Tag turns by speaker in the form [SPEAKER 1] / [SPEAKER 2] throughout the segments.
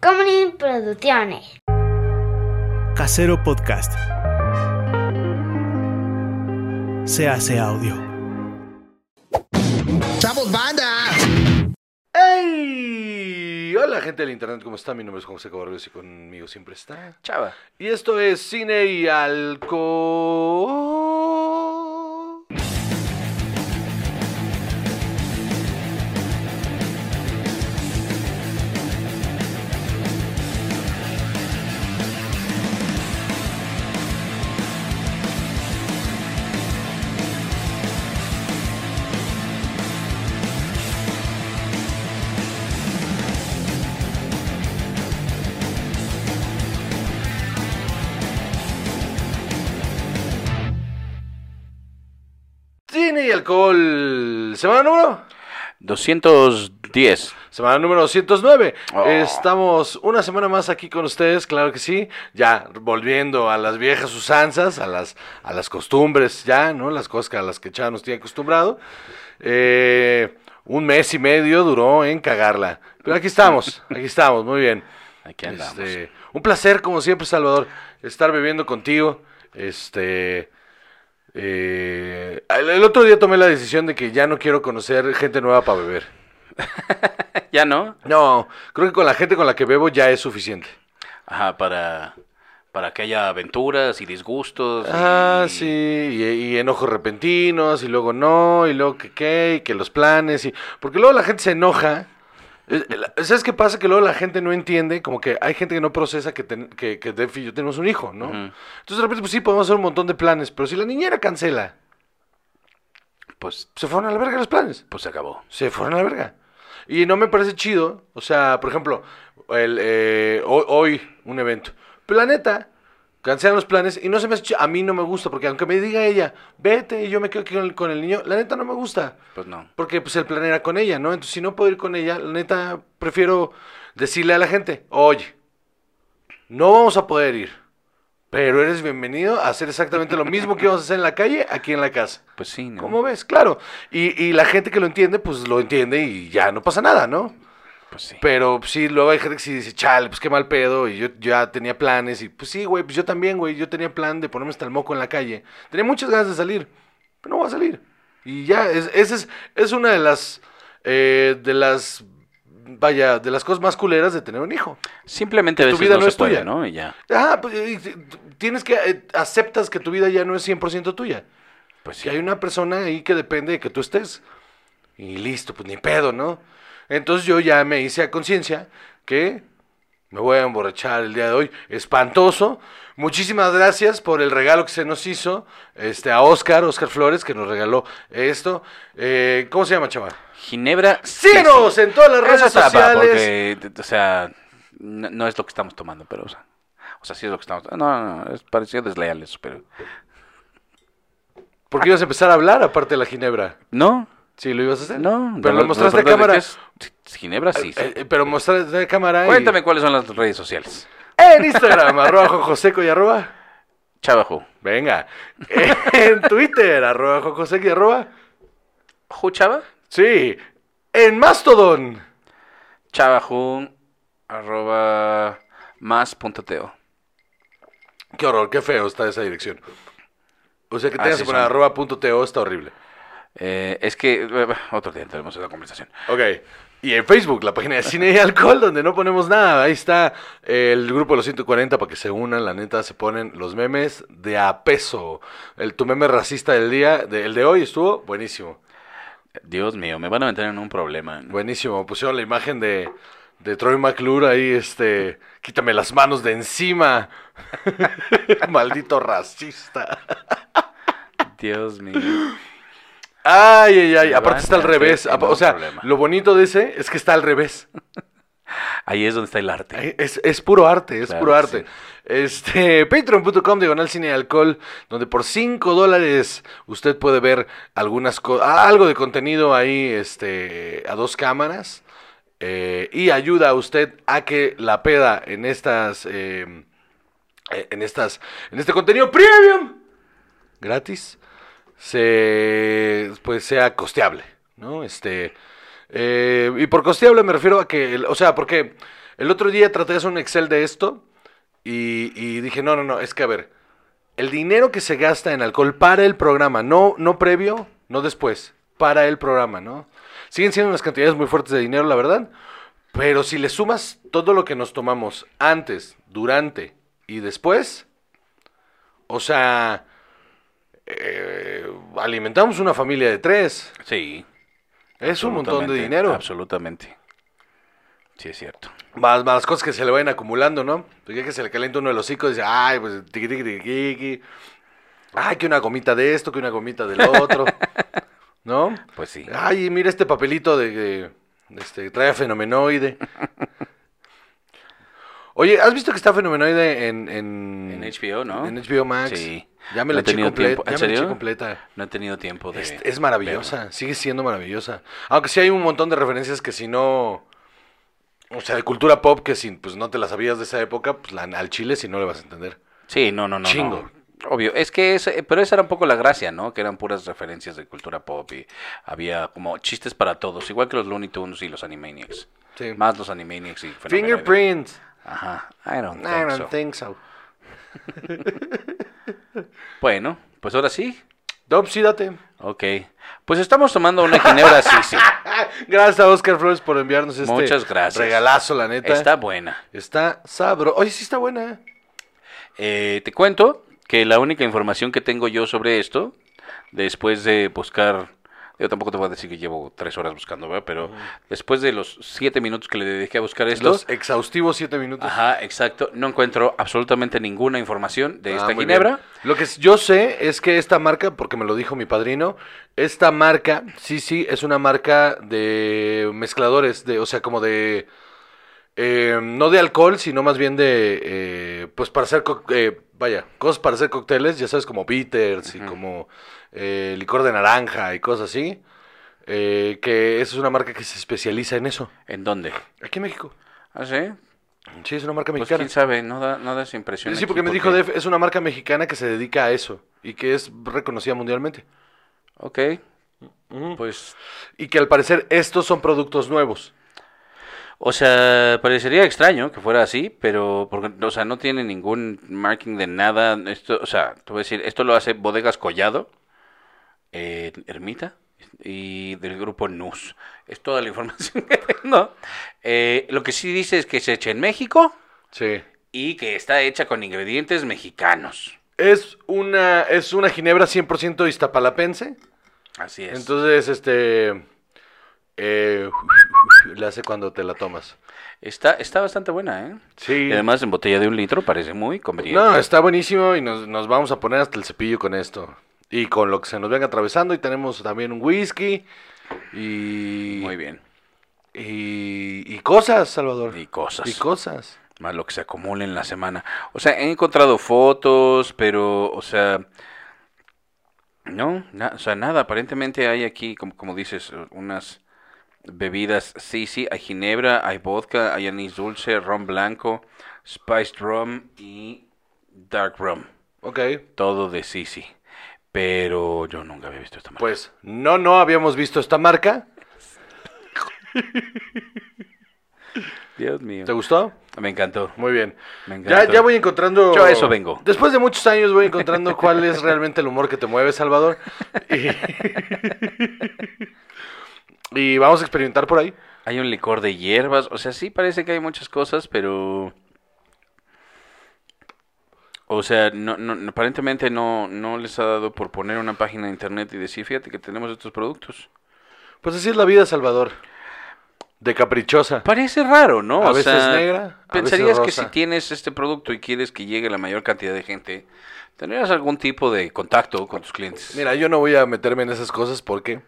[SPEAKER 1] Comedy Producciones.
[SPEAKER 2] Casero Podcast. Se hace audio.
[SPEAKER 3] ¡Chavos, banda!
[SPEAKER 4] ¡Hey! Hola gente del internet, ¿cómo está? Mi nombre es José Cabarrus y conmigo siempre está Chava. Y esto es Cine y Alcohol. Cine y Alcohol. Semana número.
[SPEAKER 5] 210.
[SPEAKER 4] Semana número 209.
[SPEAKER 5] Oh.
[SPEAKER 4] Estamos una semana más aquí con ustedes, claro que sí. Ya volviendo a las viejas usanzas, a las, a las costumbres ya, ¿no? Las cosas que- a las que Chava nos tiene acostumbrado. Eh, un mes y medio duró en cagarla. Pero aquí estamos, aquí estamos, muy bien.
[SPEAKER 5] Aquí andamos.
[SPEAKER 4] Este, un placer, como siempre, Salvador, estar bebiendo contigo. Este. eh, el, el otro día tomé la decisión de que ya no quiero conocer gente nueva para beber.
[SPEAKER 5] ¿Ya no?
[SPEAKER 4] No, creo que con la gente con la que bebo ya es suficiente.
[SPEAKER 5] Ajá, para, para que haya aventuras y disgustos. y-
[SPEAKER 4] Ah, sí, y, y enojos repentinos, y luego no, y luego que qué, y que los planes, y... Porque luego la gente se enoja. Eh, eh, la- ¿Sabes qué pasa? Que luego la gente no entiende, como que hay gente que no procesa que, ten- que, que Def y yo tenemos un hijo, ¿no?
[SPEAKER 5] Ujú.
[SPEAKER 4] Entonces de repente, pues sí, podemos hacer un montón de planes, pero si la niñera cancela,
[SPEAKER 5] Pues,
[SPEAKER 4] se fueron a la verga los planes.
[SPEAKER 5] pues se acabó.
[SPEAKER 4] Se fueron a la verga. Y no me parece chido. O sea, por ejemplo, el, eh, ho- hoy, un evento. Planeta, cancelan los planes y no se me hace chi- A mí no me gusta, porque aunque me diga ella, vete y yo me quedo aquí con el, con el niño, la neta no me gusta.
[SPEAKER 5] Pues no.
[SPEAKER 4] Porque pues el plan era con ella, ¿no? Entonces si no puedo ir con ella, la neta prefiero decirle a la gente, oye, no vamos a poder ir, pero eres bienvenido a hacer exactamente lo mismo que íbamos a hacer en la calle, aquí en la casa.
[SPEAKER 5] Pues sí, ¿no?
[SPEAKER 4] ¿Cómo ves? Claro. Y, y la gente que lo entiende, pues lo entiende y ya no pasa nada, ¿no?
[SPEAKER 5] Pues sí.
[SPEAKER 4] Pero pues, sí, luego hay gente que sí dice, chale, pues qué mal pedo, y yo ya tenía planes, y pues sí, güey, pues yo también, güey, yo tenía plan de ponerme hasta el moco en la calle. Tenía muchas ganas de salir, pero no voy a salir. Y ya, es, esa es, es una de las, eh, de las, vaya, de las cosas más culeras de tener un hijo.
[SPEAKER 5] Simplemente a
[SPEAKER 4] tu
[SPEAKER 5] veces
[SPEAKER 4] vida
[SPEAKER 5] no,
[SPEAKER 4] no
[SPEAKER 5] se
[SPEAKER 4] es
[SPEAKER 5] puede,
[SPEAKER 4] tuya.
[SPEAKER 5] ¿no? Y ya.
[SPEAKER 4] Ah, pues, eh, eh, tienes que, eh, aceptas que tu vida ya no es 100% tuya.
[SPEAKER 5] Pues sí.
[SPEAKER 4] Que hay una persona ahí que depende de que tú estés. Y listo, pues ni pedo, ¿no? Entonces yo ya me hice a conciencia que me voy a emborrachar el día de hoy. Espantoso. Muchísimas gracias por el regalo que se nos hizo este, a Oscar, Oscar Flores, que nos regaló esto. Eh, ¿Cómo se llama, chaval?
[SPEAKER 5] Ginebra.
[SPEAKER 4] ¡Síguenos
[SPEAKER 5] sí, sí.
[SPEAKER 4] en todas las redes
[SPEAKER 5] Esa tapa,
[SPEAKER 4] sociales!
[SPEAKER 5] porque, o sea, no, no es lo que estamos tomando, pero, o sea, o sea, sí es lo que estamos No, no, no, es parecido desleal eso, pero...
[SPEAKER 4] Porque ibas a empezar a hablar aparte de la ginebra.
[SPEAKER 5] No,
[SPEAKER 4] Sí, lo ibas a hacer.
[SPEAKER 5] no.
[SPEAKER 4] Pero
[SPEAKER 5] no,
[SPEAKER 4] lo mostraste a
[SPEAKER 5] pero de
[SPEAKER 4] cámara.
[SPEAKER 5] que es- Ginebra sí. sí.
[SPEAKER 4] Eh, eh, pero mostraste a cámara. y-
[SPEAKER 5] Cuéntame cuáles son las redes sociales.
[SPEAKER 4] En Instagram, arroba jojoseco y arroba.
[SPEAKER 5] Chavajo.
[SPEAKER 4] Venga. En Twitter, arroba Jocosec y arroba.
[SPEAKER 5] ¿Ju Chava?
[SPEAKER 4] Sí. En Mastodon.
[SPEAKER 5] Chavajo arroba más punto teo.
[SPEAKER 4] Qué horror, qué feo está esa dirección. O sea que tengas
[SPEAKER 5] Así
[SPEAKER 4] que poner
[SPEAKER 5] son.
[SPEAKER 4] arroba punto TO está horrible.
[SPEAKER 5] Eh, es que eh, otro día tenemos esa conversación.
[SPEAKER 4] Ok. Y en Facebook, la página de Cine y Alcohol, donde no ponemos nada. Ahí está eh, el grupo de los 140 para que se unan. La neta, se ponen los memes de a peso. El, tu meme racista del día, de- el de hoy estuvo buenísimo.
[SPEAKER 5] Dios mío, me van a meter en un problema.
[SPEAKER 4] Buenísimo, pusieron la imagen de, de Troy McClure ahí, este, quítame las manos de encima. Maldito racista.
[SPEAKER 5] Dios mío.
[SPEAKER 4] Ay, ay, ay,
[SPEAKER 5] Me
[SPEAKER 4] aparte
[SPEAKER 5] van
[SPEAKER 4] está al
[SPEAKER 5] a meter
[SPEAKER 4] revés.
[SPEAKER 5] en
[SPEAKER 4] apa- O
[SPEAKER 5] un
[SPEAKER 4] sea,
[SPEAKER 5] problema.
[SPEAKER 4] lo bonito de ese es que está al revés.
[SPEAKER 5] Ahí es donde está el arte.
[SPEAKER 4] Ay, Es, es puro arte, es
[SPEAKER 5] Claro
[SPEAKER 4] puro
[SPEAKER 5] que
[SPEAKER 4] arte. Este, patreon.com diagonal cine y alcohol, donde por 5 dólares usted puede ver algunas co- ah, algo de contenido ahí, este, a dos cámaras. eh, y ayuda a usted a que la peda en estas, eh, eh, en estas, en este contenido premium, gratis, se, pues sea costeable, ¿no? Este, eh, y por costeable me refiero a que, el- o sea, porque El otro día traté de hacer un Excel de esto y, y dije, no, no, no, es que a ver, el dinero que se gasta en alcohol para el programa, no, no previo, no después, para el programa, ¿no? Siguen siendo unas cantidades muy fuertes de dinero, la verdad, pero si le sumas todo lo que nos tomamos antes, durante y después, o sea, eh, alimentamos una familia de tres.
[SPEAKER 5] Sí.
[SPEAKER 4] Es un montón de
[SPEAKER 5] absolutamente,
[SPEAKER 4] dinero.
[SPEAKER 5] Absolutamente. Sí, es cierto.
[SPEAKER 4] Más, más las cosas que se le vayan acumulando, ¿no? Porque ya que se le calienta uno el hocico, dice, ay, pues, tiqui, tiqui, tiqui, tiqui. Ay, que una gomita de esto, que una gomita del otro. ¿No?
[SPEAKER 5] Pues sí.
[SPEAKER 4] Ay, mira este papelito de, de- de este, que trae a fenomenoide. Oye, ¿has visto que está fenomenoide en, en,
[SPEAKER 5] En HBO, ¿no?
[SPEAKER 4] En HBO Max.
[SPEAKER 5] Sí.
[SPEAKER 4] Ya me
[SPEAKER 5] No
[SPEAKER 4] la
[SPEAKER 5] he
[SPEAKER 4] eché
[SPEAKER 5] tenido
[SPEAKER 4] completa.
[SPEAKER 5] tiempo. ¿En
[SPEAKER 4] Ya me la eché
[SPEAKER 5] serio?
[SPEAKER 4] completa.
[SPEAKER 5] No he tenido tiempo de...
[SPEAKER 4] Es, es maravillosa, sigue siendo maravillosa. Aunque sí hay un montón de referencias que si no. O sea, de cultura pop que si pues, no te las sabías de esa época, pues la- al chile si no le vas a entender.
[SPEAKER 5] Sí, no, no, no.
[SPEAKER 4] Chingo.
[SPEAKER 5] no. Obvio, es que ese- pero esa era un poco la gracia, ¿no? Que eran puras referencias de cultura pop y había como chistes para todos, igual que los Looney Tunes y los Animaniacs.
[SPEAKER 4] Sí.
[SPEAKER 5] Más los Animaniacs y Fenomenoide.
[SPEAKER 4] Fingerprint.
[SPEAKER 5] Ajá, I don't think
[SPEAKER 4] I don't
[SPEAKER 5] so.
[SPEAKER 4] think so.
[SPEAKER 5] Bueno, pues ahora sí.
[SPEAKER 4] Dob, sí, date.
[SPEAKER 5] Ok. Pues estamos tomando una ginebra Sisi.
[SPEAKER 4] Gracias a Oscar Flores por enviarnos este
[SPEAKER 5] Muchas gracias.
[SPEAKER 4] regalazo, la neta.
[SPEAKER 5] Está buena.
[SPEAKER 4] Está sabro. Oye, sí está buena.
[SPEAKER 5] Eh, te cuento que la única información que tengo yo sobre esto, después de buscar, yo tampoco te voy a decir que llevo tres horas buscando, ¿verdad? pero después de los siete minutos que le dediqué a buscar esto,
[SPEAKER 4] Los exhaustivos siete minutos.
[SPEAKER 5] ajá, exacto, no encuentro absolutamente ninguna información de
[SPEAKER 4] Ah,
[SPEAKER 5] esta
[SPEAKER 4] muy
[SPEAKER 5] ginebra.
[SPEAKER 4] bien. Lo que yo sé es que esta marca, porque me lo dijo mi padrino, esta marca, sí, sí, es una marca de mezcladores, de, o sea, como de, eh, no de alcohol, sino más bien de, eh, pues para hacer, coc- eh, vaya, cosas para hacer cócteles, ya sabes, como bitters y como eh, licor de naranja y cosas así, eh, que esa es una marca que se especializa en eso.
[SPEAKER 5] ¿En dónde?
[SPEAKER 4] Aquí en México.
[SPEAKER 5] Ah, sí.
[SPEAKER 4] Sí, es una marca
[SPEAKER 5] Pues
[SPEAKER 4] mexicana.
[SPEAKER 5] quién sabe, no da, no da esa impresión.
[SPEAKER 4] Sí,
[SPEAKER 5] aquí
[SPEAKER 4] porque me dijo Def, es una marca mexicana que se dedica a eso y que es reconocida mundialmente.
[SPEAKER 5] Ok. Pues,
[SPEAKER 4] Y que al parecer estos son productos nuevos.
[SPEAKER 5] o sea, parecería extraño que fuera así, pero, porque, o sea, no tiene ningún marking de nada. Esto, o sea, te voy a decir, esto lo hace Bodegas Collado, eh, Ermita y del grupo NUS. Es toda la información que tengo. Eh, lo que sí dice es que se echa en México
[SPEAKER 4] Sí.
[SPEAKER 5] y que está hecha con ingredientes mexicanos.
[SPEAKER 4] Es una, es una ginebra 100% iztapalapense.
[SPEAKER 5] Así es.
[SPEAKER 4] Entonces, este... eh, le hace cuando te la tomas.
[SPEAKER 5] está, está bastante buena, ¿eh?
[SPEAKER 4] Sí.
[SPEAKER 5] Y además en botella de un litro parece muy conveniente.
[SPEAKER 4] No, está buenísimo y nos, nos vamos a poner hasta el cepillo con esto. Y con lo que se nos venga atravesando. Y tenemos también un whisky. Y...
[SPEAKER 5] Muy bien.
[SPEAKER 4] Y, y cosas, Salvador.
[SPEAKER 5] Y cosas.
[SPEAKER 4] Y cosas.
[SPEAKER 5] Más lo que se acumula en la semana. O sea, he encontrado fotos, pero, o sea... No, na- o sea, nada. Aparentemente hay aquí, como, como dices, unas bebidas. Sí, sí, hay ginebra, hay vodka, hay anís dulce, ron blanco, spiced rum y dark rum.
[SPEAKER 4] Ok.
[SPEAKER 5] Todo de Sisi. Pero yo nunca había visto esta marca.
[SPEAKER 4] Pues no, no habíamos visto esta marca.
[SPEAKER 5] Dios mío.
[SPEAKER 4] ¿Te gustó?
[SPEAKER 5] Me encantó.
[SPEAKER 4] Muy bien.
[SPEAKER 5] Me
[SPEAKER 4] Ya,
[SPEAKER 5] encantó.
[SPEAKER 4] ya voy encontrando.
[SPEAKER 5] Yo a eso vengo.
[SPEAKER 4] Después de muchos años voy encontrando cuál es realmente el humor que te mueve, Salvador. Y, y vamos a experimentar por ahí.
[SPEAKER 5] Hay un licor de hierbas, o sea, sí parece que hay muchas cosas, pero... O sea, no, no- no- aparentemente no, no les ha dado por poner una página de internet y decir, fíjate que tenemos estos productos.
[SPEAKER 4] Pues así es la vida, Salvador. De caprichosa.
[SPEAKER 5] Parece raro, ¿no?
[SPEAKER 4] A
[SPEAKER 5] O
[SPEAKER 4] veces
[SPEAKER 5] sea,
[SPEAKER 4] negra, a veces
[SPEAKER 5] Pensarías que
[SPEAKER 4] rosa.
[SPEAKER 5] si tienes este producto y quieres que llegue la mayor cantidad de gente, tendrías algún tipo de contacto con tus clientes.
[SPEAKER 4] Mira, yo no voy a meterme en esas cosas porque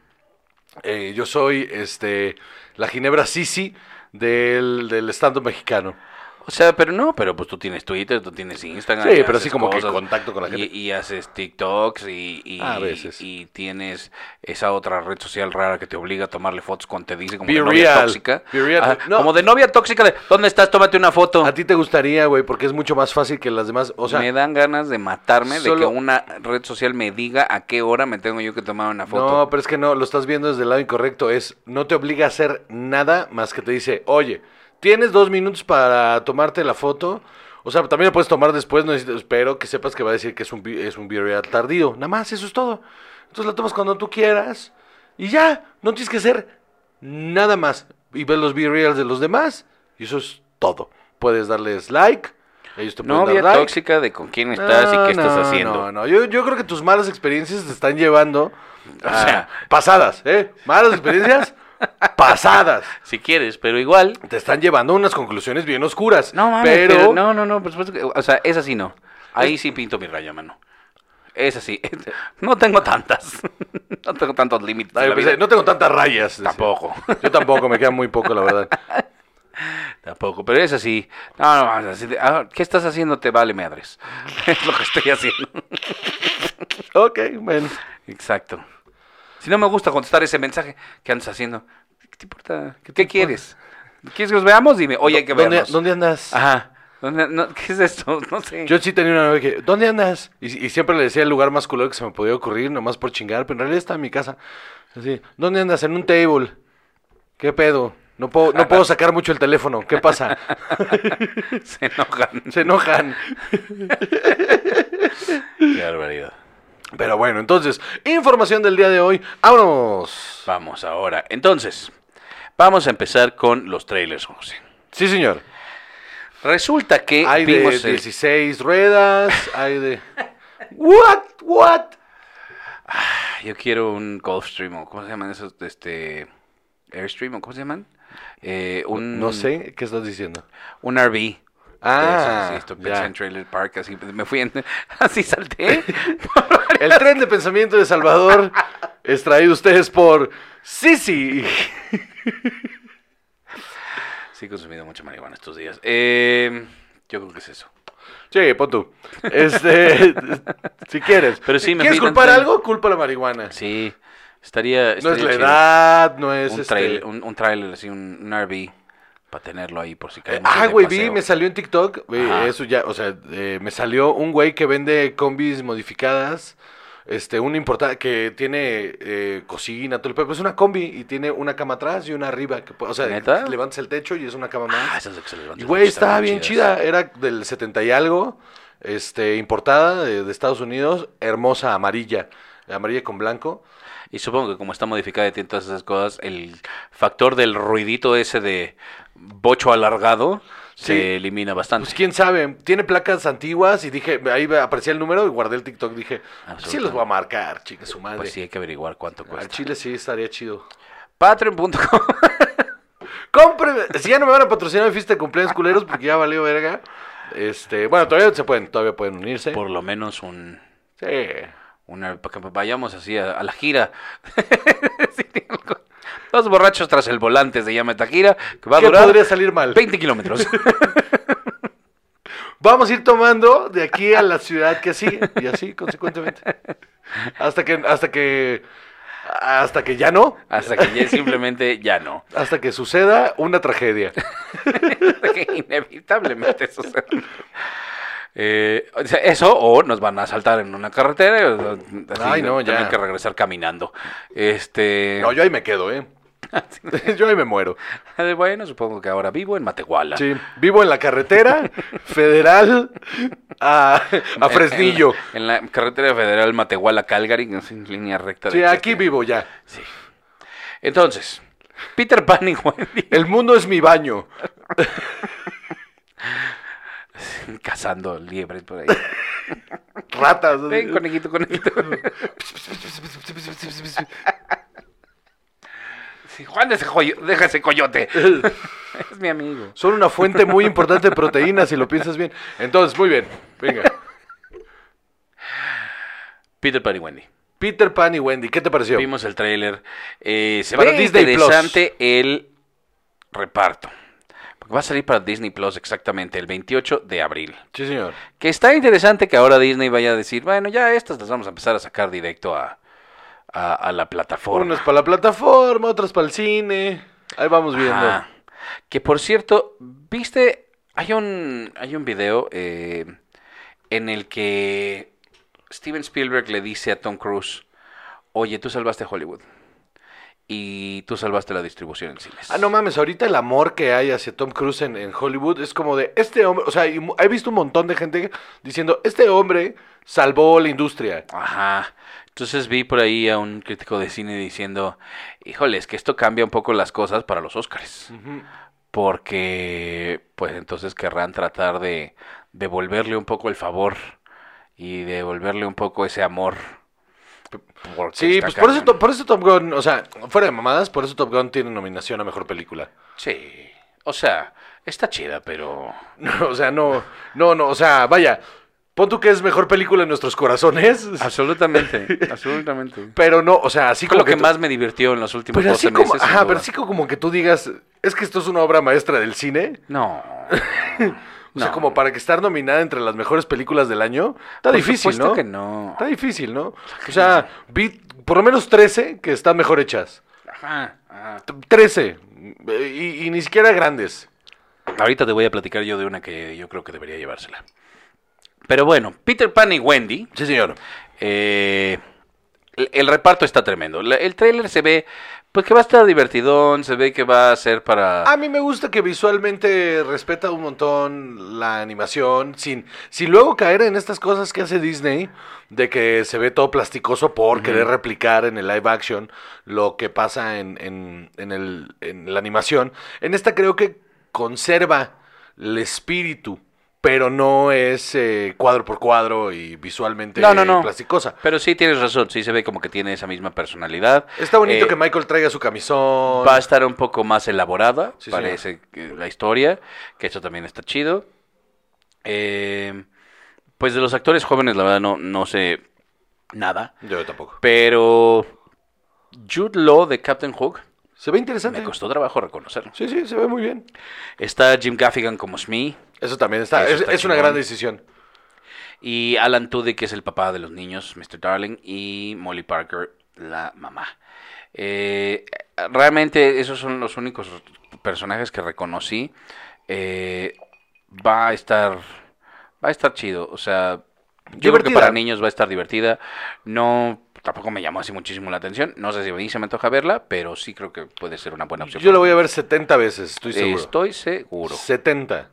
[SPEAKER 4] eh, yo soy este la Ginebra Sisi del, del stand-up mexicano.
[SPEAKER 5] O sea, pero no, pero pues tú tienes Twitter, tú tienes Instagram.
[SPEAKER 4] Sí,
[SPEAKER 5] y
[SPEAKER 4] pero así
[SPEAKER 5] haces
[SPEAKER 4] como que contacto con la
[SPEAKER 5] y-
[SPEAKER 4] gente. Ah,
[SPEAKER 5] Y, haces TikToks y, y,
[SPEAKER 4] A veces.
[SPEAKER 5] y tienes esa otra red social rara que te obliga a tomarle fotos cuando te dice como
[SPEAKER 4] Be
[SPEAKER 5] de novia
[SPEAKER 4] real,
[SPEAKER 5] tóxica.
[SPEAKER 4] be real.
[SPEAKER 5] Ajá,
[SPEAKER 4] No.
[SPEAKER 5] Como de novia tóxica de, ¿dónde estás? Tómate una foto.
[SPEAKER 4] A ti te gustaría, güey, porque es mucho más fácil que las demás. O sea,
[SPEAKER 5] me dan ganas de matarme de que
[SPEAKER 4] solo-
[SPEAKER 5] una red social me diga a qué hora me tengo yo que tomar una foto.
[SPEAKER 4] No, pero es que no, lo estás viendo desde el lado incorrecto. Es, no te obliga a hacer nada más que te dice, oye, Tienes dos minutos para tomarte la foto. O sea, también la puedes tomar después, no necesitas- pero que sepas que va a decir que es un, vi- es un burial tardío. Nada más, eso es todo. Entonces la tomas cuando tú quieras y ya, no tienes que hacer nada más. Y ves los burials de los demás y eso es todo. Puedes darles like, ellos te
[SPEAKER 5] No
[SPEAKER 4] pueden
[SPEAKER 5] vía
[SPEAKER 4] dar like.
[SPEAKER 5] tóxica de con quién estás
[SPEAKER 4] No,
[SPEAKER 5] y qué
[SPEAKER 4] no,
[SPEAKER 5] estás haciendo.
[SPEAKER 4] No, no, yo, yo creo que tus malas experiencias te están llevando
[SPEAKER 5] O
[SPEAKER 4] a-
[SPEAKER 5] sea-
[SPEAKER 4] pasadas, ¿eh? Malas experiencias pasadas.
[SPEAKER 5] Si quieres, pero igual.
[SPEAKER 4] Te están llevando a unas conclusiones bien oscuras.
[SPEAKER 5] No, mames, pero... no, no, no, por supuesto que- o sea, esa sí no. Ahí sí pinto mi raya, mano. Esa sí. No tengo tantas. No tengo tantos límites.
[SPEAKER 4] Ay,
[SPEAKER 5] en la
[SPEAKER 4] pensé,
[SPEAKER 5] vida.
[SPEAKER 4] no tengo tantas rayas. decía.
[SPEAKER 5] Tampoco.
[SPEAKER 4] Yo tampoco, me queda muy poco, la verdad.
[SPEAKER 5] Tampoco, pero es así. No, no, así de, ah, ¿qué estás haciendo? Te vale madres. Es lo que estoy haciendo.
[SPEAKER 4] Ok, bueno.
[SPEAKER 5] Exacto. Si no me gusta contestar ese mensaje, ¿qué andas haciendo? ¿Qué te importa? ¿Qué, quieres? ¿Quieres que nos veamos? Dime, oye, hay que
[SPEAKER 4] ¿Dónde-
[SPEAKER 5] vernos. Ah,
[SPEAKER 4] ¿Dónde andas?
[SPEAKER 5] Ajá. ¿Dónde- no, ¿Qué es esto? No sé.
[SPEAKER 4] Yo sí tenía una novia que, ¿dónde andas? Y, y siempre le decía el lugar más culero que se me podía ocurrir, nomás por chingar, pero en realidad está en mi casa. Así, ¿dónde andas? En un table. ¿Qué pedo? No puedo, no puedo sacar mucho el teléfono. ¿Qué pasa?
[SPEAKER 5] Se enojan.
[SPEAKER 4] se enojan.
[SPEAKER 5] Qué barbaridad.
[SPEAKER 4] Pero bueno, entonces, información del día de hoy. ¡Vámonos!
[SPEAKER 5] Vamos ahora. Entonces, vamos a empezar con los trailers, José.
[SPEAKER 4] Sí, señor.
[SPEAKER 5] Resulta que
[SPEAKER 4] Hay de
[SPEAKER 5] vimos el-
[SPEAKER 4] 16 ruedas, hay de... ¿What? ¿What?
[SPEAKER 5] Yo quiero un Gulfstream o ¿cómo se llaman esos? Este, Airstream o ¿cómo se llaman? Eh, un,
[SPEAKER 4] No sé, ¿qué estás diciendo?
[SPEAKER 5] Un RV.
[SPEAKER 4] Ah,
[SPEAKER 5] Eso, sí, esto,
[SPEAKER 4] ya.
[SPEAKER 5] pensé en Trailer Park, así me fui en- así salté.
[SPEAKER 4] El tren de pensamiento de Salvador es traído a ustedes por Sisi.
[SPEAKER 5] sí, he consumido mucha marihuana estos días. Eh, yo creo que es eso.
[SPEAKER 4] Sí, pon tú. Este, si quieres.
[SPEAKER 5] Pero sí, me
[SPEAKER 4] ¿Quieres
[SPEAKER 5] fui
[SPEAKER 4] culpar
[SPEAKER 5] tan-
[SPEAKER 4] algo? Culpa la marihuana.
[SPEAKER 5] Sí, estaría.
[SPEAKER 4] no
[SPEAKER 5] estaría
[SPEAKER 4] es la
[SPEAKER 5] chido.
[SPEAKER 4] edad, no es
[SPEAKER 5] Un,
[SPEAKER 4] este-
[SPEAKER 5] trail- un, un trailer, así, un, un RV, para tenerlo ahí por si cae.
[SPEAKER 4] Eh,
[SPEAKER 5] mucho
[SPEAKER 4] ah,
[SPEAKER 5] de
[SPEAKER 4] güey, vi,
[SPEAKER 5] paseo.
[SPEAKER 4] me salió en TikTok. güey,
[SPEAKER 5] Ajá.
[SPEAKER 4] eso ya, o sea, eh, me salió un güey que vende combis modificadas. Este, un importada que tiene eh, cocina, todo el pedo. Es una combi y tiene una cama atrás y una arriba. que po- o sea,
[SPEAKER 5] ¿Neta?
[SPEAKER 4] levantas el techo y es una cama más.
[SPEAKER 5] Ah, esas que se levantan
[SPEAKER 4] Y güey,
[SPEAKER 5] mucho, están
[SPEAKER 4] estaba
[SPEAKER 5] muy
[SPEAKER 4] bien
[SPEAKER 5] chidas.
[SPEAKER 4] chida. Era del 70 y algo. Este, importada de, de Estados Unidos. Hermosa, amarilla. Amarilla con blanco.
[SPEAKER 5] Y supongo que como está modificada y tiene todas esas cosas, el factor del ruidito ese de bocho alargado
[SPEAKER 4] Sí.
[SPEAKER 5] se elimina bastante.
[SPEAKER 4] Pues quién sabe. Tiene placas antiguas. Y dije, ahí aparecía el número y guardé el TikTok. Dije, "Pues sí los voy a marcar, chica, su madre.
[SPEAKER 5] Pues sí, hay que averiguar cuánto
[SPEAKER 4] Al
[SPEAKER 5] cuesta.
[SPEAKER 4] Chile sí estaría chido.
[SPEAKER 5] Patreon.com.
[SPEAKER 4] Compren, si ya no me van a patrocinar mi fiesta de cumpleaños culeros porque ya valió verga. Este, bueno, todavía se pueden, todavía pueden unirse.
[SPEAKER 5] Por lo menos un.
[SPEAKER 4] Sí.
[SPEAKER 5] Una, para que vayamos así a, a la gira. Sí, digo, Dos borrachos tras el volante se llama esta gira. Que va a
[SPEAKER 4] ¿Qué
[SPEAKER 5] durar
[SPEAKER 4] podría salir mal?
[SPEAKER 5] 20 kilómetros.
[SPEAKER 4] Vamos a ir tomando de aquí a la ciudad que sigue y así consecuentemente. Hasta que hasta que hasta que ya no,
[SPEAKER 5] Hasta que ya simplemente ya no.
[SPEAKER 4] hasta que suceda una tragedia.
[SPEAKER 5] que inevitablemente sucede. Eh, o sea, eso o nos van a saltar en una carretera o- o- así,
[SPEAKER 4] Ay, no, ya.
[SPEAKER 5] tener que regresar caminando este
[SPEAKER 4] No, yo ahí me quedo, ¿eh? Yo ahí me muero.
[SPEAKER 5] eh, bueno supongo que ahora vivo en Matehuala
[SPEAKER 4] Sí, vivo en la carretera federal a, a
[SPEAKER 5] En-
[SPEAKER 4] Fresnillo.
[SPEAKER 5] en, la, en la carretera federal Matehuala Calgary en línea recta de
[SPEAKER 4] Sí, aquí
[SPEAKER 5] este.
[SPEAKER 4] vivo ya.
[SPEAKER 5] Sí. entonces Peter Pan y Wendy
[SPEAKER 4] El mundo es mi baño.
[SPEAKER 5] cazando liebres por ahí
[SPEAKER 4] Ratas.
[SPEAKER 5] ven conejito conejito Sí, Juan de ese joyo- deja ese coyote es mi amigo
[SPEAKER 4] Son una fuente muy importante de proteínas, si lo piensas bien. Entonces, muy bien. Venga.
[SPEAKER 5] Peter Pan y Wendy
[SPEAKER 4] Peter Pan y Wendy, ¿qué te pareció?
[SPEAKER 5] Vimos el tráiler. Eh, se
[SPEAKER 4] Para
[SPEAKER 5] ve
[SPEAKER 4] Disney Plus.
[SPEAKER 5] interesante el reparto. Porque va a salir para Disney Plus exactamente el 28 de abril.
[SPEAKER 4] Sí, señor.
[SPEAKER 5] Que está interesante que ahora Disney vaya a decir, bueno, ya estas las vamos a empezar a sacar directo a, a- a la plataforma.
[SPEAKER 4] Unas para la plataforma, otras para el cine. Ahí vamos viendo.
[SPEAKER 5] Ajá. Que por cierto, viste, hay un, hay un video eh, en el que Steven Spielberg le dice a Tom Cruise, oye, tú salvaste a Hollywood. y tú salvaste la distribución en cines.
[SPEAKER 4] Ah, no mames, ahorita el amor que hay hacia Tom Cruise en, en Hollywood es como de este hombre, o sea, y mu- he visto un montón de gente diciendo, este hombre salvó la industria.
[SPEAKER 5] Ajá. Entonces vi por ahí a un crítico de cine diciendo, híjole, es que esto cambia un poco las cosas para los Oscars. Porque, pues entonces querrán tratar de devolverle un poco el favor y devolverle un poco ese amor. Porque
[SPEAKER 4] Sí,
[SPEAKER 5] está
[SPEAKER 4] pues por eso,
[SPEAKER 5] cañón.
[SPEAKER 4] to- por eso Top Gun, o sea, fuera de mamadas, por eso Top Gun tiene nominación a Mejor Película.
[SPEAKER 5] Sí. O sea, está chida, pero...
[SPEAKER 4] No, o sea, no, no, no, o sea, vaya, pon tú que es Mejor Película en nuestros corazones,
[SPEAKER 5] Absolutamente, absolutamente.
[SPEAKER 4] pero no, o sea, así
[SPEAKER 5] Fue
[SPEAKER 4] como
[SPEAKER 5] lo que
[SPEAKER 4] tú-
[SPEAKER 5] más me divirtió en los últimos
[SPEAKER 4] Pero
[SPEAKER 5] 12
[SPEAKER 4] así como,
[SPEAKER 5] meses. sin
[SPEAKER 4] ajá, pero
[SPEAKER 5] duda.
[SPEAKER 4] así como que tú digas, es que esto es una obra maestra del cine.
[SPEAKER 5] No.
[SPEAKER 4] O sea,
[SPEAKER 5] No.
[SPEAKER 4] como para que estar nominada entre las mejores películas del año, está
[SPEAKER 5] Por
[SPEAKER 4] difícil,
[SPEAKER 5] supuesto
[SPEAKER 4] ¿no?
[SPEAKER 5] que no.
[SPEAKER 4] Está difícil, ¿no? O sea, vi por lo menos 13 que están mejor hechas.
[SPEAKER 5] Ajá, ajá.
[SPEAKER 4] T- 13. eh, Y, y ni siquiera grandes.
[SPEAKER 5] Ahorita te voy a platicar yo de una que yo creo que debería llevársela. Pero bueno, Peter Pan y Wendy.
[SPEAKER 4] Sí, señor.
[SPEAKER 5] eh, el, el reparto está tremendo. La- el tráiler se ve, pues que va a estar divertidón, se ve que va a ser para...
[SPEAKER 4] A mí me gusta que visualmente respeta un montón la animación, sin, sin luego caer en estas cosas que hace Disney, de que se ve todo plasticoso por querer replicar en el live action lo que pasa en, en- en el- en la animación. En esta creo que conserva el espíritu, pero no es eh, cuadro por cuadro y visualmente
[SPEAKER 5] No, no, no.
[SPEAKER 4] plasticosa.
[SPEAKER 5] Pero sí tienes razón, sí se ve como que tiene esa misma personalidad.
[SPEAKER 4] Está bonito
[SPEAKER 5] Eh,
[SPEAKER 4] que Michael traiga su camisón.
[SPEAKER 5] Va a estar un poco más elaborada,
[SPEAKER 4] Sí,
[SPEAKER 5] parece que la historia, que eso también está chido. Eh, pues de los actores jóvenes, la verdad, no, no sé nada.
[SPEAKER 4] Yo tampoco.
[SPEAKER 5] Pero Jude Law de Captain Hook
[SPEAKER 4] Se ve interesante.
[SPEAKER 5] me costó trabajo reconocerlo.
[SPEAKER 4] Sí, sí, se ve muy bien.
[SPEAKER 5] Está Jim Gaffigan como Smee
[SPEAKER 4] Eso también está.
[SPEAKER 5] Eso
[SPEAKER 4] es,
[SPEAKER 5] está
[SPEAKER 4] es una
[SPEAKER 5] chingón.
[SPEAKER 4] gran decisión.
[SPEAKER 5] y Alan Tudyk, que es el papá de los niños, Mr. Darling, y Molly Parker, la mamá. Eh, realmente esos son los únicos personajes que reconocí. Eh, va a estar va a estar chido, o sea, yo creo que
[SPEAKER 4] Divertida.
[SPEAKER 5] para niños va a estar divertida. No tampoco me llamó así muchísimo la atención, no sé si a mí se me antoja verla, pero sí creo que puede ser una buena opción.
[SPEAKER 4] Yo lo voy a ver 70 veces, estoy seguro.
[SPEAKER 5] Estoy seguro.
[SPEAKER 4] 70.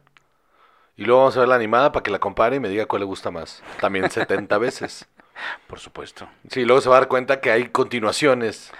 [SPEAKER 4] Y luego vamos a ver la animada para que la compare y me diga cuál le gusta más. También 70 veces.
[SPEAKER 5] Por supuesto.
[SPEAKER 4] Sí, luego se va a dar cuenta que hay continuaciones.